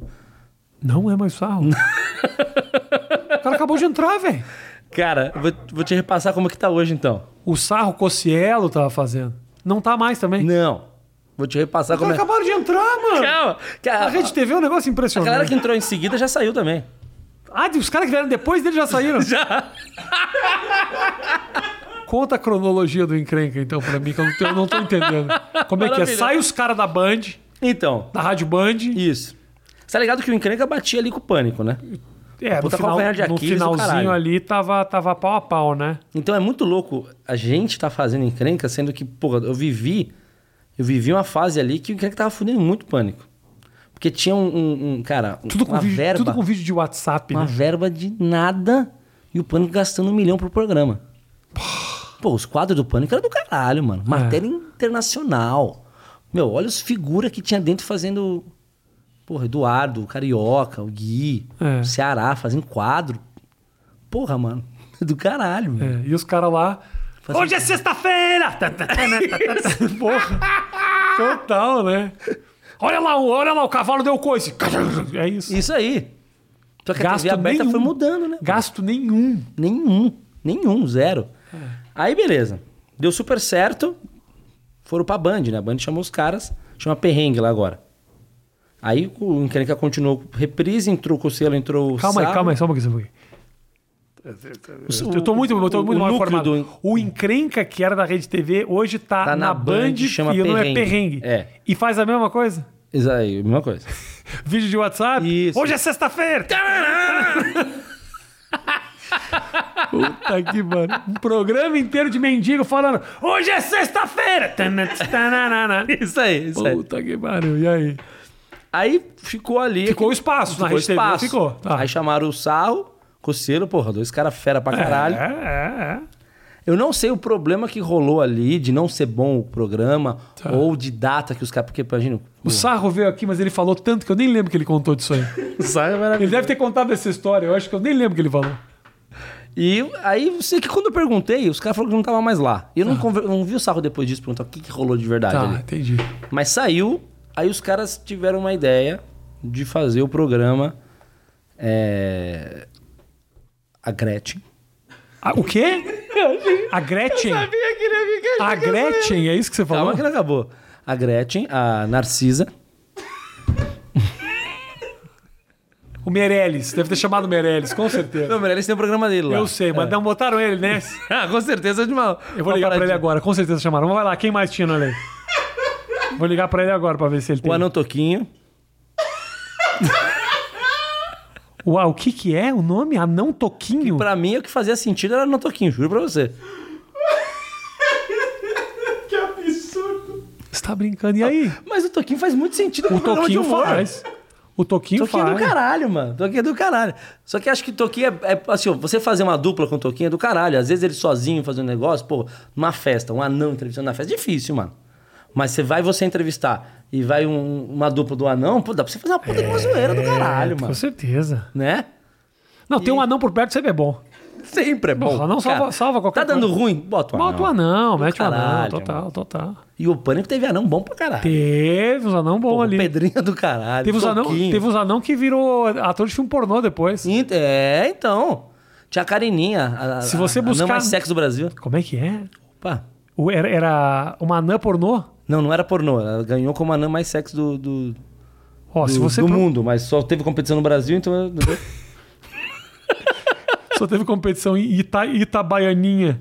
[SPEAKER 1] Não é mais sarro. o cara acabou de entrar, velho.
[SPEAKER 2] Cara, eu vou, vou te repassar como que tá hoje, então.
[SPEAKER 1] O sarro Cocielo tava fazendo. Não tá mais também.
[SPEAKER 2] Não. Vou te repassar
[SPEAKER 1] Os
[SPEAKER 2] como é.
[SPEAKER 1] caras acabaram de entrar, mano.
[SPEAKER 2] Calma.
[SPEAKER 1] A
[SPEAKER 2] Cara,
[SPEAKER 1] Rede TV é um negócio
[SPEAKER 2] a galera
[SPEAKER 1] impressionante.
[SPEAKER 2] que entrou em seguida já saiu também.
[SPEAKER 1] Ah, os caras que vieram depois dele já saíram? já. Conta a cronologia do encrenca, então, pra mim, que eu não, tô- eu não tô entendendo. Como é que é?
[SPEAKER 2] Maravilhoso.
[SPEAKER 1] Sai os caras da Band,
[SPEAKER 2] Então,
[SPEAKER 1] da Rádio Band.
[SPEAKER 2] isso. Você tá ligado que o encrenca batia ali com o pânico, né?
[SPEAKER 1] É, no,
[SPEAKER 2] Puta
[SPEAKER 1] final,
[SPEAKER 2] calcanhar de
[SPEAKER 1] no
[SPEAKER 2] Aquiles do
[SPEAKER 1] finalzinho
[SPEAKER 2] caralho.
[SPEAKER 1] ali tava, tava pau a pau, né?
[SPEAKER 2] Então é muito louco a gente tá fazendo encrenca, sendo que, porra, eu vivi. Eu vivi uma fase ali que o encrenca tava fudendo muito pânico. Porque tinha um. um- um- cara,
[SPEAKER 1] Tudo com,
[SPEAKER 2] uma
[SPEAKER 1] vídeo,
[SPEAKER 2] verba.
[SPEAKER 1] tudo com vídeo de WhatsApp,
[SPEAKER 2] uma
[SPEAKER 1] né?
[SPEAKER 2] verba de nada e o Pânico gastando um milhão pro programa. Pô, os quadros do Pânico era do caralho, mano.
[SPEAKER 1] É.
[SPEAKER 2] Matéria internacional. Meu, olha os figuras que tinha dentro fazendo. Porra, Eduardo, o Carioca, o Gui,
[SPEAKER 1] É.
[SPEAKER 2] o Ceará, fazendo quadro. Porra, mano. Do caralho,
[SPEAKER 1] É,
[SPEAKER 2] mano.
[SPEAKER 1] e os caras lá. Hoje é sexta-feira! Porra. Total, né? "Ah!" Olha lá, olha lá, o cavalo deu coice. É isso.
[SPEAKER 2] Isso aí. Só que a TV aberta foi mudando, né?
[SPEAKER 1] Gasto nenhum.
[SPEAKER 2] Nenhum. Nenhum, zero.
[SPEAKER 1] É.
[SPEAKER 2] Aí, beleza. Deu super certo. Foram pra Band, né? A Band chamou os caras. Chama Perrengue lá agora. Aí o Encrenca continuou com reprise, entrou o Cocelo, entrou o
[SPEAKER 1] Calma aí,
[SPEAKER 2] Sarro.
[SPEAKER 1] calma aí, só um pouquinho. só um pouquinho. Eu tô muito, eu tô
[SPEAKER 2] o-
[SPEAKER 1] muito
[SPEAKER 2] o
[SPEAKER 1] mal
[SPEAKER 2] núcleo
[SPEAKER 1] informado.
[SPEAKER 2] do-
[SPEAKER 1] O encrenca que era da Rede TV hoje tá, na, Band,
[SPEAKER 2] chama
[SPEAKER 1] e não é perrengue.
[SPEAKER 2] Perrengue. É.
[SPEAKER 1] E faz a mesma coisa?
[SPEAKER 2] Isso aí, mesma coisa.
[SPEAKER 1] Vídeo de WhatsApp?
[SPEAKER 2] Isso.
[SPEAKER 1] Hoje é sexta-feira! Puta que mano. Um programa inteiro de mendigo falando: Hoje é sexta-feira! Tananana.
[SPEAKER 2] Isso aí, isso aí.
[SPEAKER 1] Puta que pariu. E aí?
[SPEAKER 2] Aí ficou ali.
[SPEAKER 1] Ficou o espaço na
[SPEAKER 2] ficou
[SPEAKER 1] Rede TV,
[SPEAKER 2] espaço.
[SPEAKER 1] ficou. Tá.
[SPEAKER 2] Aí chamaram o Sarro, Cocelo, porra, dois caras fera pra caralho.
[SPEAKER 1] É, é, é.
[SPEAKER 2] Eu não sei o problema que rolou ali de não ser bom o programa
[SPEAKER 1] Tá.
[SPEAKER 2] ou de data que os caras. Porque, imagina.
[SPEAKER 1] O Sarro veio aqui, mas ele falou tanto que eu nem lembro que ele contou disso aí.
[SPEAKER 2] Sarro é
[SPEAKER 1] Ele deve ter contado essa história, eu acho que eu nem lembro que ele falou.
[SPEAKER 2] E aí, você que quando eu perguntei, os caras falaram que não tava mais lá. E eu não, conver- não vi o sarro depois disso, perguntar o que, que rolou de verdade
[SPEAKER 1] Tá,
[SPEAKER 2] ali.
[SPEAKER 1] entendi.
[SPEAKER 2] Mas saiu, aí os caras tiveram uma ideia de fazer o programa. é, A Gretchen.
[SPEAKER 1] Ah, o quê? A Gretchen? A Gretchen, é isso que você falou?
[SPEAKER 2] Calma Ah, que não acabou. A Gretchen, a Narcisa.
[SPEAKER 1] O Meirelles, deve ter chamado o Meirelles, com certeza.
[SPEAKER 2] Não, É. Meirelles tem o programa dele lá.
[SPEAKER 1] Eu sei, mas não botaram ele, né?
[SPEAKER 2] Ah, com certeza é de mal.
[SPEAKER 1] Eu vou ligar pra ele agora, com certeza chamaram. Mas vai lá, quem mais tinha no elenco? Vou ligar pra ele agora pra ver se ele tem.
[SPEAKER 2] O Anão Toquinho.
[SPEAKER 1] Uau, o que que é o nome? Anão Toquinho?
[SPEAKER 2] Pra mim, o que fazia sentido era o Anão Toquinho, juro pra você.
[SPEAKER 1] Você tá brincando, e aí?
[SPEAKER 2] Mas o Toquinho faz muito sentido com
[SPEAKER 1] O
[SPEAKER 2] programa Ah, de
[SPEAKER 1] Toquinho
[SPEAKER 2] humor.
[SPEAKER 1] faz. O Toquinho
[SPEAKER 2] Toquinho é do
[SPEAKER 1] faz.
[SPEAKER 2] caralho, mano. Toquinho é do caralho. Só que acho que Toquinho é, é. Assim, ó, você fazer uma dupla com Toquinho é do caralho. Às vezes ele sozinho fazendo um negócio, pô, numa festa, um anão entrevistando na festa, é difícil, mano. Mas você vai você entrevistar e vai um- uma dupla do anão, pô, dá pra você fazer uma puta de uma zoeira do caralho,
[SPEAKER 1] É, Com
[SPEAKER 2] mano.
[SPEAKER 1] certeza.
[SPEAKER 2] Né?
[SPEAKER 1] Não, tem um anão por perto, sempre é bom.
[SPEAKER 2] Sempre é bom.
[SPEAKER 1] Porra, não, salva- salva qualquer
[SPEAKER 2] Tá dando
[SPEAKER 1] coisa.
[SPEAKER 2] ruim? Bota o anão.
[SPEAKER 1] Bota o anão,
[SPEAKER 2] Do
[SPEAKER 1] mete o anão,
[SPEAKER 2] caralho,
[SPEAKER 1] total, total.
[SPEAKER 2] E o Pânico teve anão bom pra caralho.
[SPEAKER 1] Teve uns anão bom
[SPEAKER 2] Pô,
[SPEAKER 1] ali.
[SPEAKER 2] Pedrinha do caralho.
[SPEAKER 1] Teve uns, anão,
[SPEAKER 2] Toquinho.
[SPEAKER 1] teve um- uns anão que virou ator de filme pornô depois.
[SPEAKER 2] Ent- É, então. Tinha a Karininha. A,
[SPEAKER 1] Se você
[SPEAKER 2] a,
[SPEAKER 1] buscar-
[SPEAKER 2] Não mais sexo do Brasil.
[SPEAKER 1] Como é que é?
[SPEAKER 2] Opa.
[SPEAKER 1] O- Era, era uma anã pornô?
[SPEAKER 2] Não, não era pornô. Ela ganhou como anã mais sexo do, do,
[SPEAKER 1] Ó, se
[SPEAKER 2] do-
[SPEAKER 1] você
[SPEAKER 2] do
[SPEAKER 1] pro-
[SPEAKER 2] mundo, mas só teve competição no Brasil, então.
[SPEAKER 1] só teve competição em Ita, Itabaianinha,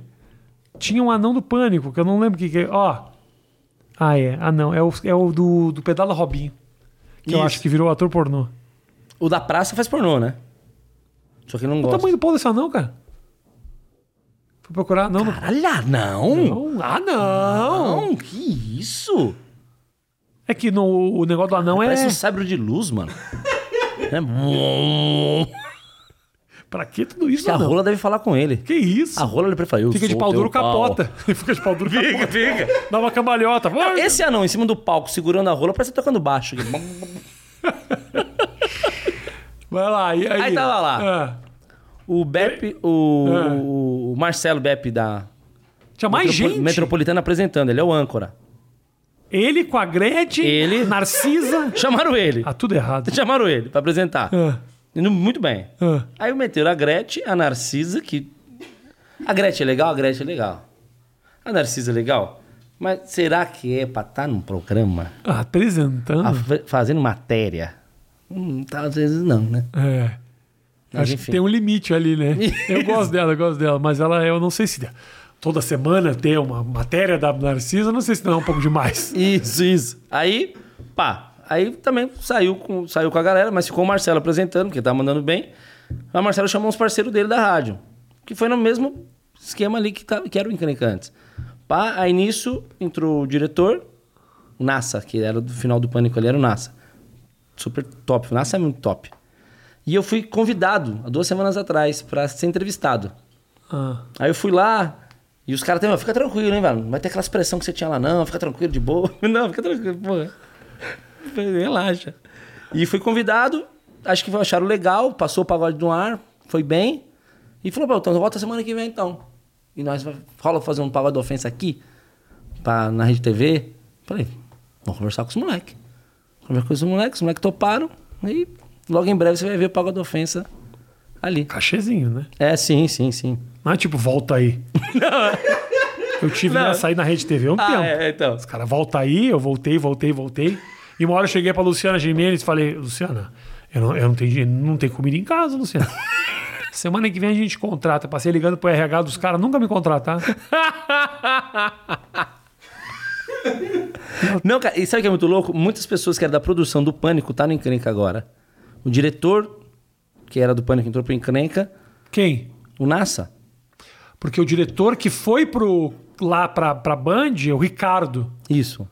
[SPEAKER 1] tinha um anão do pânico, que eu não lembro o que, que é. Ó. Ah, é. Ah, não. É o, é o do, do Pedala Robinho. Que eu
[SPEAKER 2] Isso.
[SPEAKER 1] acho que virou ator pornô.
[SPEAKER 2] o da praça faz pornô, né? Só que ele não
[SPEAKER 1] O
[SPEAKER 2] gosta.
[SPEAKER 1] tamanho do pau desse anão, cara? Fui procurar. Não, não.
[SPEAKER 2] Olha, não!
[SPEAKER 1] ah, não. Ah, não!
[SPEAKER 2] Não, que isso?
[SPEAKER 1] É que no, o negócio do anão é.
[SPEAKER 2] Parece um sabre de luz, mano. É bom.
[SPEAKER 1] Pra que tudo isso,
[SPEAKER 2] Que a
[SPEAKER 1] anão?
[SPEAKER 2] rola deve falar com ele.
[SPEAKER 1] Que isso?
[SPEAKER 2] A rola ele prefere. "Eu
[SPEAKER 1] Fica de
[SPEAKER 2] sou
[SPEAKER 1] pau
[SPEAKER 2] teu
[SPEAKER 1] duro,
[SPEAKER 2] pau."
[SPEAKER 1] capota. Ele fica de pau duro, capota. Fica, fica. Dá uma cambalhota. Vai.
[SPEAKER 2] Esse anão em cima do palco segurando a rola parece tá tocando baixo.
[SPEAKER 1] Vai lá. E aí?
[SPEAKER 2] Aí tava lá.
[SPEAKER 1] Ah.
[SPEAKER 2] O Beppe, o,
[SPEAKER 1] Ah.
[SPEAKER 2] o Marcelo Beppe da
[SPEAKER 1] Tinha mais
[SPEAKER 2] Metropo-
[SPEAKER 1] gente.
[SPEAKER 2] Metropolitana apresentando, ele é o âncora.
[SPEAKER 1] Ele com a Gretchen,
[SPEAKER 2] Ele.
[SPEAKER 1] Narcisa.
[SPEAKER 2] Chamaram ele.
[SPEAKER 1] Ah, tudo errado.
[SPEAKER 2] Chamaram ele pra apresentar.
[SPEAKER 1] Ah,
[SPEAKER 2] Indo Muito bem.
[SPEAKER 1] ah.
[SPEAKER 2] Aí meteram a Gretchen, a Narcisa, que. A Gretchen é legal? A Gretchen é legal. A Narcisa é legal? Mas será que é pra estar num programa? a
[SPEAKER 1] Ah, Apresentando.
[SPEAKER 2] fa- fazendo matéria? Hum, tá, às vezes não, né?
[SPEAKER 1] É.
[SPEAKER 2] Mas
[SPEAKER 1] Acho
[SPEAKER 2] enfim.
[SPEAKER 1] que tem um limite ali, né? Eu gosto dela, eu gosto dela, mas ela, eu não sei se toda semana ter uma matéria da Narcisa, eu não sei se não é um pouco demais.
[SPEAKER 2] Isso, isso. Aí, pá. Aí também saiu com, saiu com a galera, mas ficou o Marcelo apresentando, porque tava mandando bem. Aí o Marcelo chamou uns parceiros dele da rádio, que foi no mesmo esquema ali que, tava, que era o Encrencantes. Pá, aí nisso entrou o diretor, o Nassa, que era do final do Pânico ali, era o Nassa. Super top, o Nassa é muito top. E eu fui convidado, há duas semanas atrás, pra ser entrevistado.
[SPEAKER 1] Ah,
[SPEAKER 2] Aí eu fui lá e os caras também, fica tranquilo, hein, velho? Não vai ter aquelas pressão que você tinha lá, não. Fica tranquilo, de boa. Não, fica tranquilo, porra. Relaxa. E fui convidado, acho que acharam legal, passou o pagode no ar, foi bem. E falou, pô, então volta semana que vem, então. E nós vai- rola fazer um pagode de ofensa aqui, pra, na Rede TV. Falei, vamos conversar com os moleques. Conversar com os moleques, os moleques toparam. E logo em breve você vai ver o pagode de ofensa ali.
[SPEAKER 1] cachezinho, né?
[SPEAKER 2] É, sim, sim, sim.
[SPEAKER 1] Não é tipo, volta aí. Eu tive
[SPEAKER 2] Não.
[SPEAKER 1] na sair na Rede TV há um tempo.
[SPEAKER 2] então.
[SPEAKER 1] Os caras, volta aí, eu voltei, voltei, voltei. E uma hora eu cheguei pra Luciana Gimenez e falei, Luciana, eu não, eu não tenho dinheiro, não tenho comida em casa, Luciana. Semana que vem a gente contrata. Passei ligando pro RH dos caras, nunca me contratar.
[SPEAKER 2] Não, cara, e sabe o que é muito louco? Muitas pessoas que eram da produção do Pânico tá no encrenca agora. O diretor, que era do Pânico, entrou pro encrenca,
[SPEAKER 1] Quem?
[SPEAKER 2] o Nassa.
[SPEAKER 1] Porque o diretor que foi pro, lá pra, pra Band, o Ricardo,
[SPEAKER 2] Isso.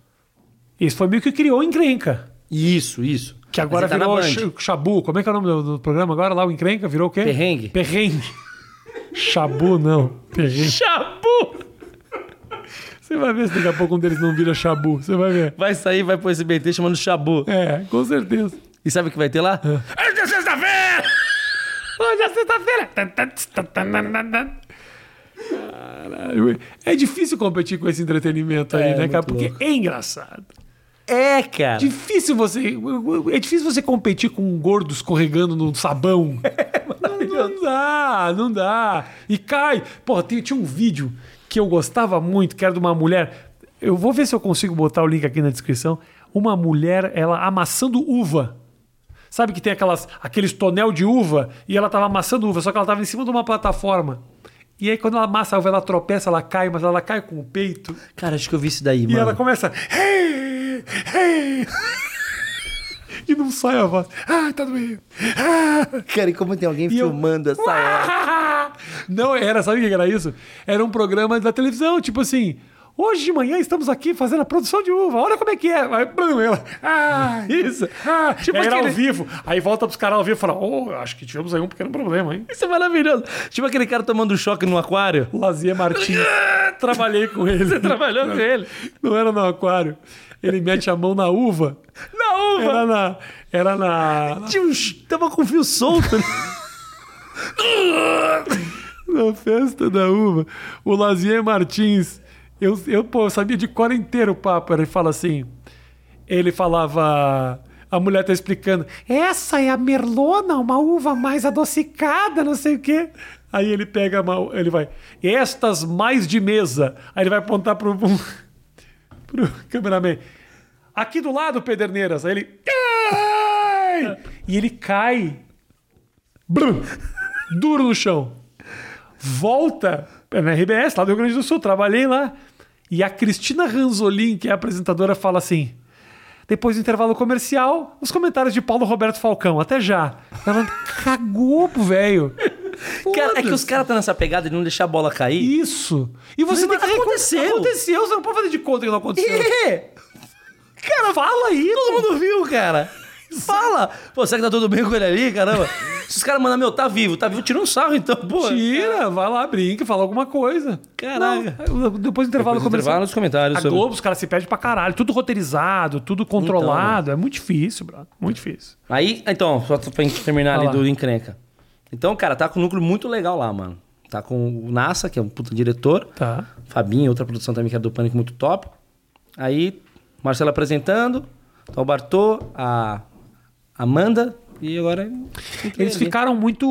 [SPEAKER 1] esse foi meio que criou a encrenca.
[SPEAKER 2] Isso, isso.
[SPEAKER 1] Que agora
[SPEAKER 2] Mas ele tá
[SPEAKER 1] virou
[SPEAKER 2] na Band.
[SPEAKER 1] Ch- Chabu. Como é que é o nome do, do programa agora? Lá o encrenca virou o quê?
[SPEAKER 2] Perrengue.
[SPEAKER 1] Perrengue. Chabu não. Perrengue.
[SPEAKER 2] Chabu!
[SPEAKER 1] Você vai ver se daqui a pouco um deles não vira Chabu. Você vai ver.
[SPEAKER 2] Vai sair, vai pro SBT chamando Chabu.
[SPEAKER 1] É, com certeza.
[SPEAKER 2] E sabe o que vai ter lá? Hoje é sexta-feira!
[SPEAKER 1] Hoje é sexta-feira. Caralho. É difícil competir com esse entretenimento aí, né, cara? Porque é engraçado.
[SPEAKER 2] É, cara.
[SPEAKER 1] Difícil você. É difícil você competir com um gordo escorregando no sabão. não, não dá, não dá. E cai. Porra, tem- tinha um vídeo que eu gostava muito, que era de uma mulher. Eu vou ver se eu consigo botar o link aqui na descrição. Uma mulher, ela amassando uva. Sabe que tem aquelas, aqueles tonel de uva e ela tava amassando uva, só que ela tava em cima de uma plataforma. E aí, quando ela amassa a uva, ela tropeça, ela cai, mas ela cai com o peito.
[SPEAKER 2] Cara, acho que eu vi isso daí,
[SPEAKER 1] E
[SPEAKER 2] mano.
[SPEAKER 1] ela começa. "Hey, hey." e não sai a voz. Ah, tá doendo. Ah.
[SPEAKER 2] Cara, e como tem alguém
[SPEAKER 1] E eu-
[SPEAKER 2] filmando essa hora?
[SPEAKER 1] Ah. Não era, sabe o que era isso? Era um programa da televisão, tipo assim. Hoje de manhã estamos aqui fazendo a produção de uva. Olha como é que é. Aí, blum, ela. Ah, isso. Ah, tipo era
[SPEAKER 2] aquele-
[SPEAKER 1] ao vivo. Aí volta pros caras ao vivo e fala: Oh, acho que tivemos aí um pequeno problema, hein?
[SPEAKER 2] Isso é maravilhoso. Tipo aquele cara tomando choque no aquário.
[SPEAKER 1] Lazier Martins. Trabalhei com ele. Você
[SPEAKER 2] trabalhou com ele?
[SPEAKER 1] Não era no aquário. Ele mete a mão na uva.
[SPEAKER 2] Na uva!
[SPEAKER 1] Era na. Era na.
[SPEAKER 2] Tinha uns- Tava com o fio solto. né?
[SPEAKER 1] Na festa da uva. O Lazier Martins. Eu, eu, pô, eu sabia de cor inteiro o papo. Ele fala assim. Ele falava. A mulher tá explicando. Essa é a merlona, uma uva mais adocicada, não sei o quê. Aí ele pega a mão, ele vai. Estas mais de mesa. Aí ele vai apontar pro. pro cameraman. Aqui do lado, Pederneiras. Aí ele. "Ai!" E ele cai. Brum! Duro no chão. Volta na RBS, lá do Rio Grande do Sul, trabalhei lá. E a Cristina Ranzolin, que é a apresentadora, fala assim: depois do intervalo comercial, os comentários de Paulo Roberto Falcão, até já. Ela cagou pro velho.
[SPEAKER 2] Cara, é que os
[SPEAKER 1] Foda-se.
[SPEAKER 2] caras estão nessa pegada de não deixar a bola cair.
[SPEAKER 1] Isso. E você
[SPEAKER 2] Mas
[SPEAKER 1] tem que
[SPEAKER 2] aconteceu.
[SPEAKER 1] Aconteceu, você não pode fazer de conta que não aconteceu.
[SPEAKER 2] É.
[SPEAKER 1] Cara, fala aí.
[SPEAKER 2] Todo mundo viu, cara. Fala! Pô, será que tá tudo bem com ele ali, caramba? Se os caras mandam, meu, tá vivo, tá vivo, tira um sarro então, pô.
[SPEAKER 1] Tira, vai lá, brinca, fala alguma coisa.
[SPEAKER 2] Caraca.
[SPEAKER 1] Não, depois do intervalo
[SPEAKER 2] Depois do
[SPEAKER 1] comercial.
[SPEAKER 2] intervalo, nos comentários
[SPEAKER 1] A
[SPEAKER 2] sobre-
[SPEAKER 1] Globo, os caras se perdem pra caralho. Tudo roteirizado, tudo controlado. é muito difícil, brother. Muito difícil.
[SPEAKER 2] Aí, então, só pra gente terminar ali
[SPEAKER 1] Vai lá.
[SPEAKER 2] do encrenca. Então, cara, tá com um núcleo muito legal lá, mano. Tá com o Nassa, que é um puta diretor.
[SPEAKER 1] Tá.
[SPEAKER 2] é Fabinho, outra produção também que era do Pânico, muito top. Aí, Marcelo apresentando, então o Bartô, a Amanda e agora.
[SPEAKER 1] Eles ficaram muito.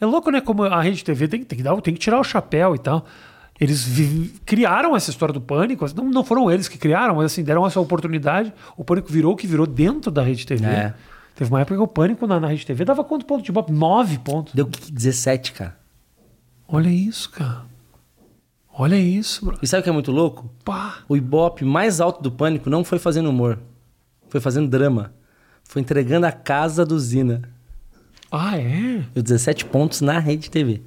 [SPEAKER 1] É louco, né? Como a rede TV tem, que- tem que, dar, tem que tirar o chapéu e tal. Eles vi- criaram essa história do pânico. assim, Não, não foram eles que criaram, mas assim, deram essa oportunidade. O pânico virou o que virou dentro da rede TV.
[SPEAKER 2] É.
[SPEAKER 1] Teve uma época que o pânico na, na rede TV dava quanto ponto de Ibope? Nove pontos.
[SPEAKER 2] Deu 17, cara.
[SPEAKER 1] Olha isso, cara. Olha isso, bro.
[SPEAKER 2] E sabe o que é muito louco?
[SPEAKER 1] Pá.
[SPEAKER 2] O Ibope mais alto do pânico não foi fazendo humor. Foi fazendo drama. Foi entregando a casa do Zina.
[SPEAKER 1] Ah, é?
[SPEAKER 2] Deu 17 pontos na rede TV.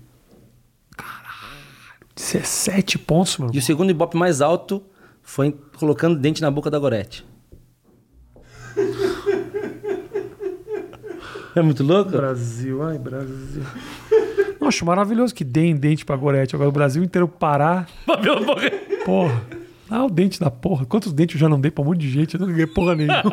[SPEAKER 1] 17 pontos, meu.
[SPEAKER 2] E o segundo Ibope mais alto foi colocando dente na boca da Gorete. É muito louco?
[SPEAKER 1] Brasil, ai, Brasil. Não, acho maravilhoso que deem dente pra Gorete. Agora o Brasil inteiro parar. Porra. Ah, o dente da porra. Quantos dentes eu já não dei pra um monte de gente? Eu não ganhei porra nenhuma.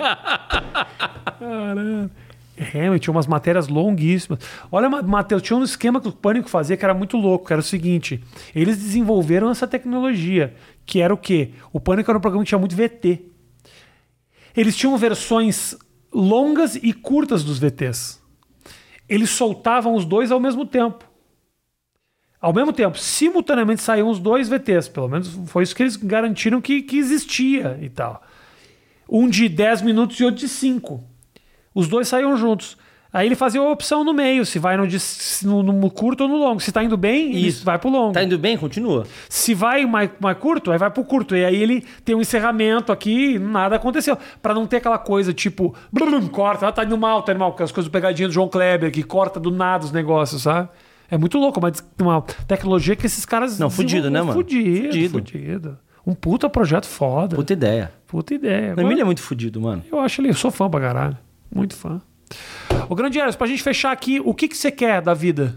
[SPEAKER 1] Caramba. É, meu, tinha umas matérias longuíssimas. Olha, Ma- Matheus, tinha um esquema que o Pânico fazia que era muito louco, que era o seguinte. Eles desenvolveram essa tecnologia, que era o quê? O Pânico era um programa que tinha muito VT. Eles tinham versões longas e curtas dos VTs. Eles soltavam os dois ao mesmo tempo. Ao mesmo tempo, simultaneamente saíam os dois VTs. Pelo menos foi isso que eles garantiram que, que existia e tal. Um de 10 minutos e outro de 5. Os dois saíam juntos. Aí ele fazia a opção no meio, se vai no, de- se no- no curto ou no longo. Se tá indo bem, isso.
[SPEAKER 2] Isso.
[SPEAKER 1] vai pro longo.
[SPEAKER 2] Tá indo bem? Continua.
[SPEAKER 1] Se vai mais, mais curto, aí vai pro curto. E aí ele tem um encerramento aqui, nada aconteceu. Pra não ter aquela coisa tipo, blum, blum, corta, ah, tá indo mal, tá indo mal, com as coisas pegadinhas do João Kleber, que corta do nada os negócios, sabe? É muito louco, mas uma tecnologia que esses caras.
[SPEAKER 2] Não, fudido, né, mano?
[SPEAKER 1] Fudido, fudido.
[SPEAKER 2] Fudido.
[SPEAKER 1] Um puta projeto foda. Puta,
[SPEAKER 2] Puta ideia.
[SPEAKER 1] ideia.
[SPEAKER 2] O Emílio é
[SPEAKER 1] Agora,
[SPEAKER 2] muito fudido, mano.
[SPEAKER 1] eu acho ele, eu sou fã pra caralho. Muito fã. Ô, Grande Eros, pra gente fechar aqui, o que que você quer da vida?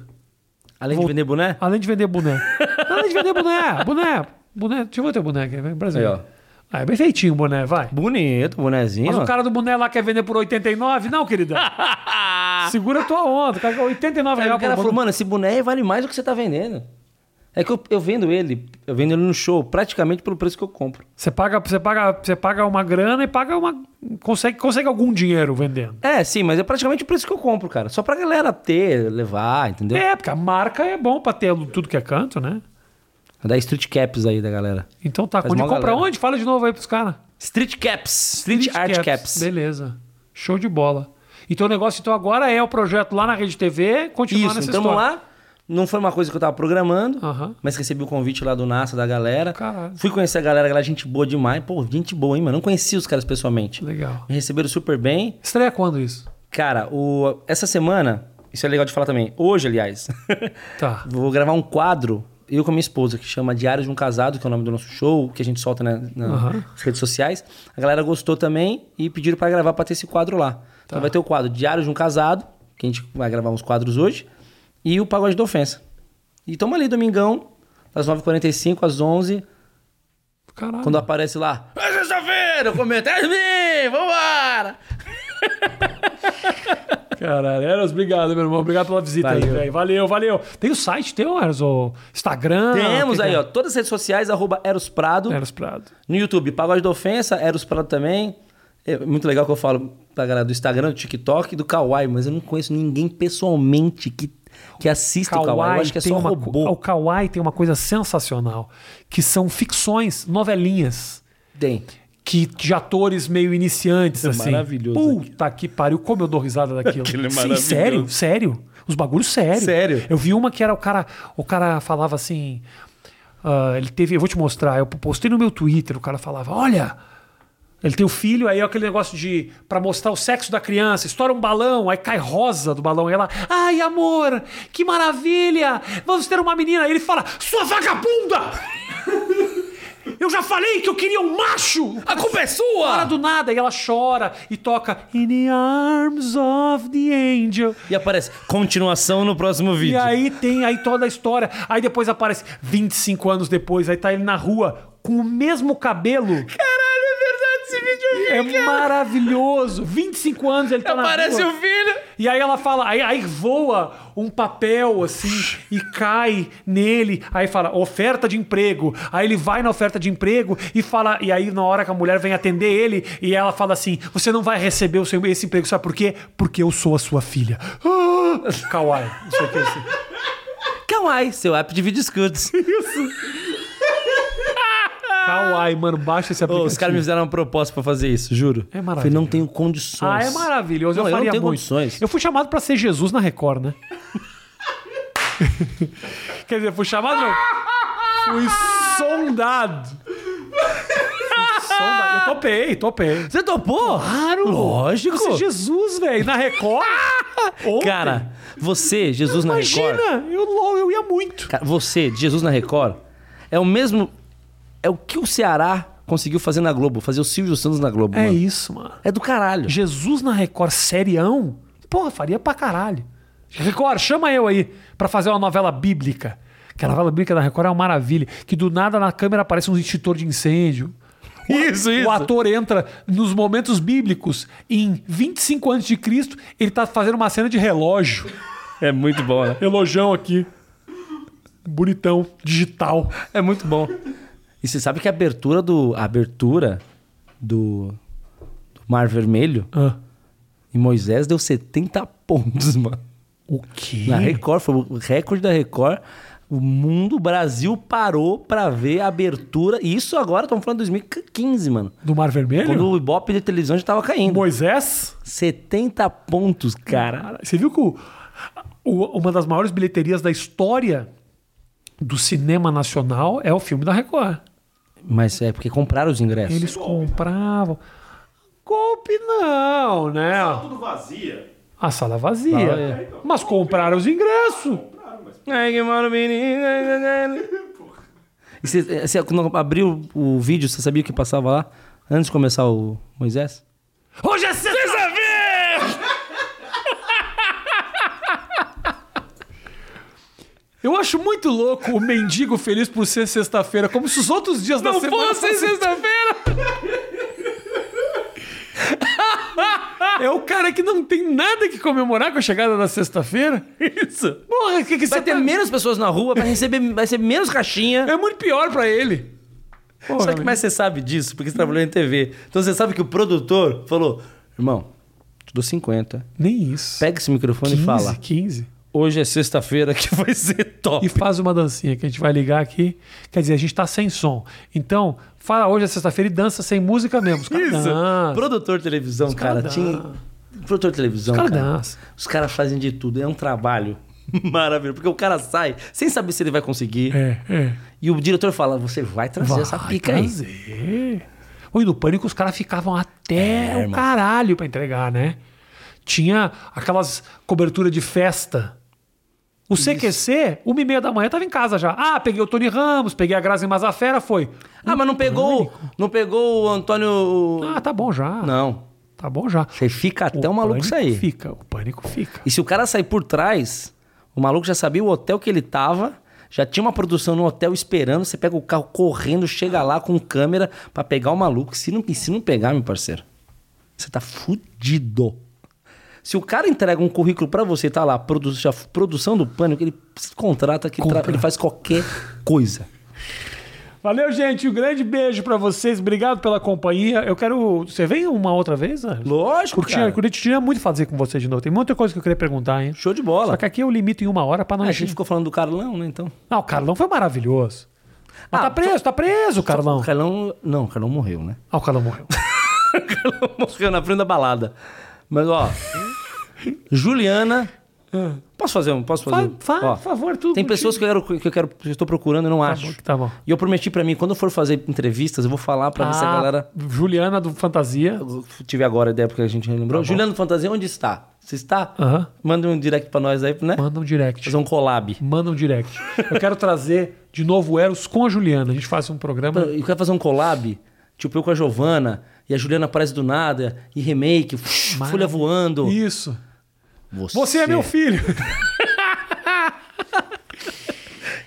[SPEAKER 2] Além
[SPEAKER 1] Vou- Ah,
[SPEAKER 2] de vender boné?
[SPEAKER 1] Além de vender boné. Além de vender boné, boné, boné. Deixa eu ver teu boné aqui, vai, Brasil.
[SPEAKER 2] Aí, ó.
[SPEAKER 1] Ah, é bem feitinho o boné, vai.
[SPEAKER 2] Bonito, bonézinho.
[SPEAKER 1] Mas
[SPEAKER 2] ó.
[SPEAKER 1] o cara do boné lá quer vender por 89? Não, querida. Segura a tua onda. Cara, 89
[SPEAKER 2] Aí
[SPEAKER 1] reais
[SPEAKER 2] o cara
[SPEAKER 1] por
[SPEAKER 2] falou,
[SPEAKER 1] boné.
[SPEAKER 2] mano, esse boné vale mais do que você tá vendendo. É que eu, eu vendo ele, eu vendo ele no show praticamente pelo preço que eu compro.
[SPEAKER 1] Você paga, você, paga, você paga uma grana e paga uma. Consegue, consegue algum dinheiro vendendo.
[SPEAKER 2] É, sim, mas é praticamente o preço que eu compro, cara. Só pra galera ter, levar, entendeu?
[SPEAKER 1] É, porque a marca é bom pra ter tudo que é canto, né?
[SPEAKER 2] Dá street caps aí da galera.
[SPEAKER 1] Então tá,
[SPEAKER 2] Faz
[SPEAKER 1] onde
[SPEAKER 2] mó
[SPEAKER 1] compra
[SPEAKER 2] galera.
[SPEAKER 1] onde? Fala de novo aí pros caras.
[SPEAKER 2] Street caps. Street, art caps.
[SPEAKER 1] Beleza. Show de bola. Então o negócio então agora é o projeto lá na Rede TV, continuar
[SPEAKER 2] Isso,
[SPEAKER 1] nessa
[SPEAKER 2] então
[SPEAKER 1] história.
[SPEAKER 2] vamos lá. Não foi uma coisa que eu tava programando,
[SPEAKER 1] Aham.
[SPEAKER 2] mas recebi o convite lá do NASA, da galera.
[SPEAKER 1] Caralho.
[SPEAKER 2] Fui conhecer a galera, a galera gente boa demais. Pô, gente boa, hein, mano? Não conhecia os caras pessoalmente.
[SPEAKER 1] Legal.
[SPEAKER 2] Me receberam super bem.
[SPEAKER 1] Estreia quando isso?
[SPEAKER 2] Cara, o- essa semana, isso é legal de falar também. Hoje, aliás,
[SPEAKER 1] Tá.
[SPEAKER 2] vou gravar um quadro, eu com a minha esposa, que chama Diário de um Casado, que é o nome do nosso show, que a gente solta né, na- na-
[SPEAKER 1] Aham.
[SPEAKER 2] nas redes sociais. A galera gostou também e pediram pra gravar pra ter esse quadro lá.
[SPEAKER 1] Tá.
[SPEAKER 2] Então vai ter o quadro Diário de um Casado, que a gente vai gravar uns quadros hoje, e o Pagode da Ofensa. E toma ali domingão, das 9h45 às 11
[SPEAKER 1] Caralho.
[SPEAKER 2] quando aparece lá, é sexta-feira, comenta, é mim,
[SPEAKER 1] Ah,
[SPEAKER 2] vambora!
[SPEAKER 1] Caralho, Eros, obrigado, meu irmão. Obrigado pela visita aí,
[SPEAKER 2] Valeu.
[SPEAKER 1] velho. Valeu, valeu. Tem o site teu, Eros? O Instagram?
[SPEAKER 2] Temos
[SPEAKER 1] o que
[SPEAKER 2] aí,
[SPEAKER 1] que é?
[SPEAKER 2] ó, todas as redes sociais, arroba Eros Prado.
[SPEAKER 1] Eros Prado.
[SPEAKER 2] No YouTube, Pagode da Ofensa, Eros Prado também. É muito legal que eu falo pra galera do Instagram, do TikTok e do Kawaii, mas eu não conheço ninguém pessoalmente que, que assista o Kawaii. Eu acho que é
[SPEAKER 1] tem
[SPEAKER 2] só
[SPEAKER 1] uma
[SPEAKER 2] robô.
[SPEAKER 1] co- O Kawaii tem uma coisa sensacional, que são ficções, novelinhas.
[SPEAKER 2] Tem.
[SPEAKER 1] que de atores meio iniciantes, assim.
[SPEAKER 2] maravilhoso
[SPEAKER 1] Puta que pariu, como eu dou risada daquilo.
[SPEAKER 4] É Aquilo é
[SPEAKER 1] Sim,
[SPEAKER 4] maravilhoso.
[SPEAKER 1] sério, sério. Os bagulhos sério.
[SPEAKER 2] Sério.
[SPEAKER 1] Eu vi uma que era o cara, o cara falava assim, ah, ele teve, eu vou te mostrar, eu postei no meu Twitter, o cara falava, olha, ele tem o filho, aí é aquele negócio de. pra mostrar o sexo da criança, estoura um balão, aí cai rosa do balão. E ela. Ai, amor, que maravilha! Vamos ter uma menina. Aí ele fala: Sua vagabunda! Eu já falei que eu queria um macho!
[SPEAKER 4] A culpa é sua!
[SPEAKER 1] Para do nada, e ela chora e toca In the Arms of the Angel.
[SPEAKER 2] E aparece, continuação no próximo
[SPEAKER 1] E
[SPEAKER 2] vídeo.
[SPEAKER 1] aí tem aí toda a história. Aí depois aparece 25 anos depois, aí tá ele na rua com o mesmo cabelo.
[SPEAKER 2] Caralho, é verdade esse vídeo.
[SPEAKER 1] É maravilhoso. 25 anos ele tá na
[SPEAKER 4] Parece
[SPEAKER 2] um
[SPEAKER 1] rua.
[SPEAKER 4] o filho.
[SPEAKER 1] E aí ela fala, aí, aí voa um papel assim e cai nele. Aí fala, oferta de emprego. Aí ele vai na oferta de emprego e fala, e aí na hora que a mulher vem atender ele, e ela fala assim: você não vai receber o seu, esse emprego, sabe por quê? Porque eu sou a sua filha. Ah, Kawaii. Não sei o que é assim.
[SPEAKER 2] Kawaii, seu app de vídeo escudos.
[SPEAKER 1] Kawaii, mano, baixa esse aplicativo.
[SPEAKER 2] os caras me fizeram uma proposta pra fazer isso, juro.
[SPEAKER 1] É maravilha.
[SPEAKER 2] Falei, não tenho condições.
[SPEAKER 1] Ah, é maravilhoso.
[SPEAKER 2] Não,
[SPEAKER 1] eu
[SPEAKER 2] eu
[SPEAKER 1] faria
[SPEAKER 2] não tenho
[SPEAKER 1] muito.
[SPEAKER 2] condições.
[SPEAKER 1] Eu fui chamado pra ser Jesus na Record, né? Quer dizer, fui chamado não. Fui sondado. Fui sondado. Eu topei, topei.
[SPEAKER 2] Você topou? Claro. Lógico.
[SPEAKER 1] Você é Jesus, velho, na Record. Ontem.
[SPEAKER 2] Cara, você, Jesus na Record.
[SPEAKER 1] Imagina, eu, lo- eu ia muito.
[SPEAKER 2] Cara, você, de Jesus na Record, é o mesmo. É o que o Ceará conseguiu fazer na Globo, fazer o Silvio Santos na Globo.
[SPEAKER 1] É
[SPEAKER 2] mano.
[SPEAKER 1] isso, mano.
[SPEAKER 2] É do caralho.
[SPEAKER 1] Jesus na Record, serião? Porra, faria pra caralho. Record, chama eu aí pra fazer uma novela bíblica. Que a novela bíblica da Record é uma maravilha. Que do nada na câmera aparece um extintor de incêndio. O-
[SPEAKER 2] Isso, isso.
[SPEAKER 1] O ator entra nos momentos bíblicos. Em 25 antes de Cristo, ele tá fazendo uma cena de relógio.
[SPEAKER 2] É muito bom, né?
[SPEAKER 1] Relojão aqui. Bonitão, digital.
[SPEAKER 2] É muito bom. E você sabe que a abertura do. A abertura do. do Mar Vermelho
[SPEAKER 1] Ah,
[SPEAKER 2] em Moisés deu 70 pontos, mano.
[SPEAKER 1] o quê?
[SPEAKER 2] Na Record, foi o recorde da Record. O mundo, o Brasil parou pra ver a abertura. E isso agora, estamos falando de 2015, mano.
[SPEAKER 1] Do Mar Vermelho?
[SPEAKER 2] Quando o Ibope de televisão já tava caindo.
[SPEAKER 1] Moisés?
[SPEAKER 2] 70 pontos, cara.
[SPEAKER 1] Cara, Você viu que o- o- uma das maiores bilheterias da história do cinema nacional é o filme da Record.
[SPEAKER 2] Mas é porque compraram os ingressos.
[SPEAKER 1] Eles
[SPEAKER 7] né?
[SPEAKER 1] compravam. Golpe não, né?
[SPEAKER 7] Tudo vazia. é.
[SPEAKER 1] A sala vazia. Mas compraram os ingressos.
[SPEAKER 7] Ah,
[SPEAKER 2] E você, eh, você, quando abriu o vídeo, você sabia o que passava lá? Antes de começar o Moisés?
[SPEAKER 1] Hoje é sexta-feira! Eu acho muito louco o mendigo feliz por ser sexta-feira, como se os outros dias da semana fossem-
[SPEAKER 4] sexta-feira.
[SPEAKER 1] É o cara que não tem nada que comemorar com a chegada da sexta-feira. Isso. Porra, o que, que você
[SPEAKER 2] Vai ter
[SPEAKER 1] tá-
[SPEAKER 2] menos pessoas na rua, vai receber, vai ser menos caixinha.
[SPEAKER 1] É muito pior pra ele. Porra,
[SPEAKER 2] Só que mais você sabe disso, porque você trabalhou em TV. Então você sabe que o produtor falou: irmão, te dou 50.
[SPEAKER 1] Nem isso.
[SPEAKER 2] Pega esse microfone
[SPEAKER 1] 15,
[SPEAKER 2] e fala:
[SPEAKER 1] 15.
[SPEAKER 2] hoje é sexta-feira que vai ser top.
[SPEAKER 1] E faz uma dancinha que a gente vai ligar aqui. Quer dizer, a gente tá sem som. Então, fala hoje é sexta-feira e dança sem música mesmo. Os caras
[SPEAKER 2] Isso.
[SPEAKER 1] dançam.
[SPEAKER 2] Produtor de televisão, cara.
[SPEAKER 1] caras
[SPEAKER 2] Tinha... Produtor de televisão,
[SPEAKER 1] Os caras
[SPEAKER 2] cara.
[SPEAKER 1] dançam.
[SPEAKER 2] Os caras fazem de tudo. É um trabalho maravilhoso. Porque o cara sai sem saber se ele vai conseguir.
[SPEAKER 1] É, é.
[SPEAKER 2] E o diretor fala, você vai trazer essa é pica aí.
[SPEAKER 1] aí. Oi, no pânico os caras ficavam
[SPEAKER 2] É,
[SPEAKER 1] até o caralho pra entregar, né? Tinha aquelas cobertura de festa. O CQC, uma e meia da manhã, tava em casa já. Ah, peguei o Tony Ramos, peguei a Grazi Mazafera, foi.
[SPEAKER 2] Ah, mas não pegou, não pegou o Antônio...
[SPEAKER 1] Ah, tá bom já.
[SPEAKER 2] Não.
[SPEAKER 1] Tá bom já.
[SPEAKER 2] Você fica até o, maluco
[SPEAKER 1] pânico
[SPEAKER 2] sair.
[SPEAKER 1] Fica, o pânico fica.
[SPEAKER 2] E se o cara sair por trás, o maluco já sabia o hotel que ele tava... Já tinha uma produção no hotel esperando, você pega o carro correndo, chega lá com câmera pra pegar o maluco. Se não, e se não pegar, meu parceiro, você tá fudido. Se o cara entrega um currículo pra você, tá lá, produ já- produção do pânico, ele contrata, que
[SPEAKER 1] Compra.
[SPEAKER 2] tra- ele faz qualquer coisa.
[SPEAKER 1] Valeu, gente. Um grande beijo pra vocês. Obrigado pela companhia. Eu quero. Você vem uma outra vez? Né?
[SPEAKER 2] Lógico,
[SPEAKER 1] Curtia,
[SPEAKER 2] cara.
[SPEAKER 1] curtia muito fazer com você de novo. Tem muita coisa que eu queria perguntar, hein?
[SPEAKER 2] Show de bola.
[SPEAKER 1] Só que aqui eu limito em uma hora pra não
[SPEAKER 2] Ah, a
[SPEAKER 1] encher.
[SPEAKER 2] gente ficou falando do Carlão, né? Então.
[SPEAKER 1] Não, o Carlão foi maravilhoso. Mas
[SPEAKER 2] Ah,
[SPEAKER 1] tá preso, tá preso, Carlão.
[SPEAKER 2] O Carlão. Não, o Carlão morreu, né?
[SPEAKER 1] Ah, o Carlão morreu.
[SPEAKER 2] morreu na frente da balada. Mas, ó. Juliana. Posso fazer um? Posso fazer
[SPEAKER 1] Faz,
[SPEAKER 2] um?
[SPEAKER 1] faz,
[SPEAKER 2] Ó,
[SPEAKER 1] por favor, tudo.
[SPEAKER 2] Tem pessoas que eu, quero, que eu quero, que eu tô procurando e não
[SPEAKER 1] bom,
[SPEAKER 2] acho.
[SPEAKER 1] que tá bom.
[SPEAKER 2] E eu prometi pra mim, quando eu for fazer entrevistas, eu vou falar pra ver se a galera.
[SPEAKER 1] Ah, Juliana do Fantasia.
[SPEAKER 2] Eu Tive agora a ideia porque a gente lembrou.
[SPEAKER 1] Tá
[SPEAKER 2] Juliana Fantasia, onde está? Você está?
[SPEAKER 1] Aham.
[SPEAKER 2] Manda um direct pra nós aí, né?
[SPEAKER 1] Ah. Manda um direct.
[SPEAKER 2] Fazer um collab.
[SPEAKER 1] Manda um direct. Eu quero trazer de novo o Eros com a Juliana. A gente faz um programa.
[SPEAKER 2] Eu quero fazer um collab, tipo eu com a Giovana, e a Juliana aparece do nada, e remake, folha voando.
[SPEAKER 1] Isso. é Você é meu filho.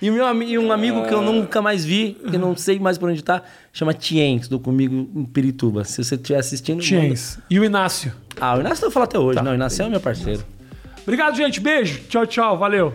[SPEAKER 2] E, o meu, ami- e um amigo que eu nunca mais vi, que não sei mais por onde tá, chama Tiens, do Comigo em Pirituba. Se você estiver assistindo... manda.
[SPEAKER 1] Chains. E o Inácio.
[SPEAKER 2] Ah, o Inácio eu falo até hoje. Não, o Inácio é meu parceiro.
[SPEAKER 1] Obrigado, gente. Beijo. Tchau, tchau. Valeu.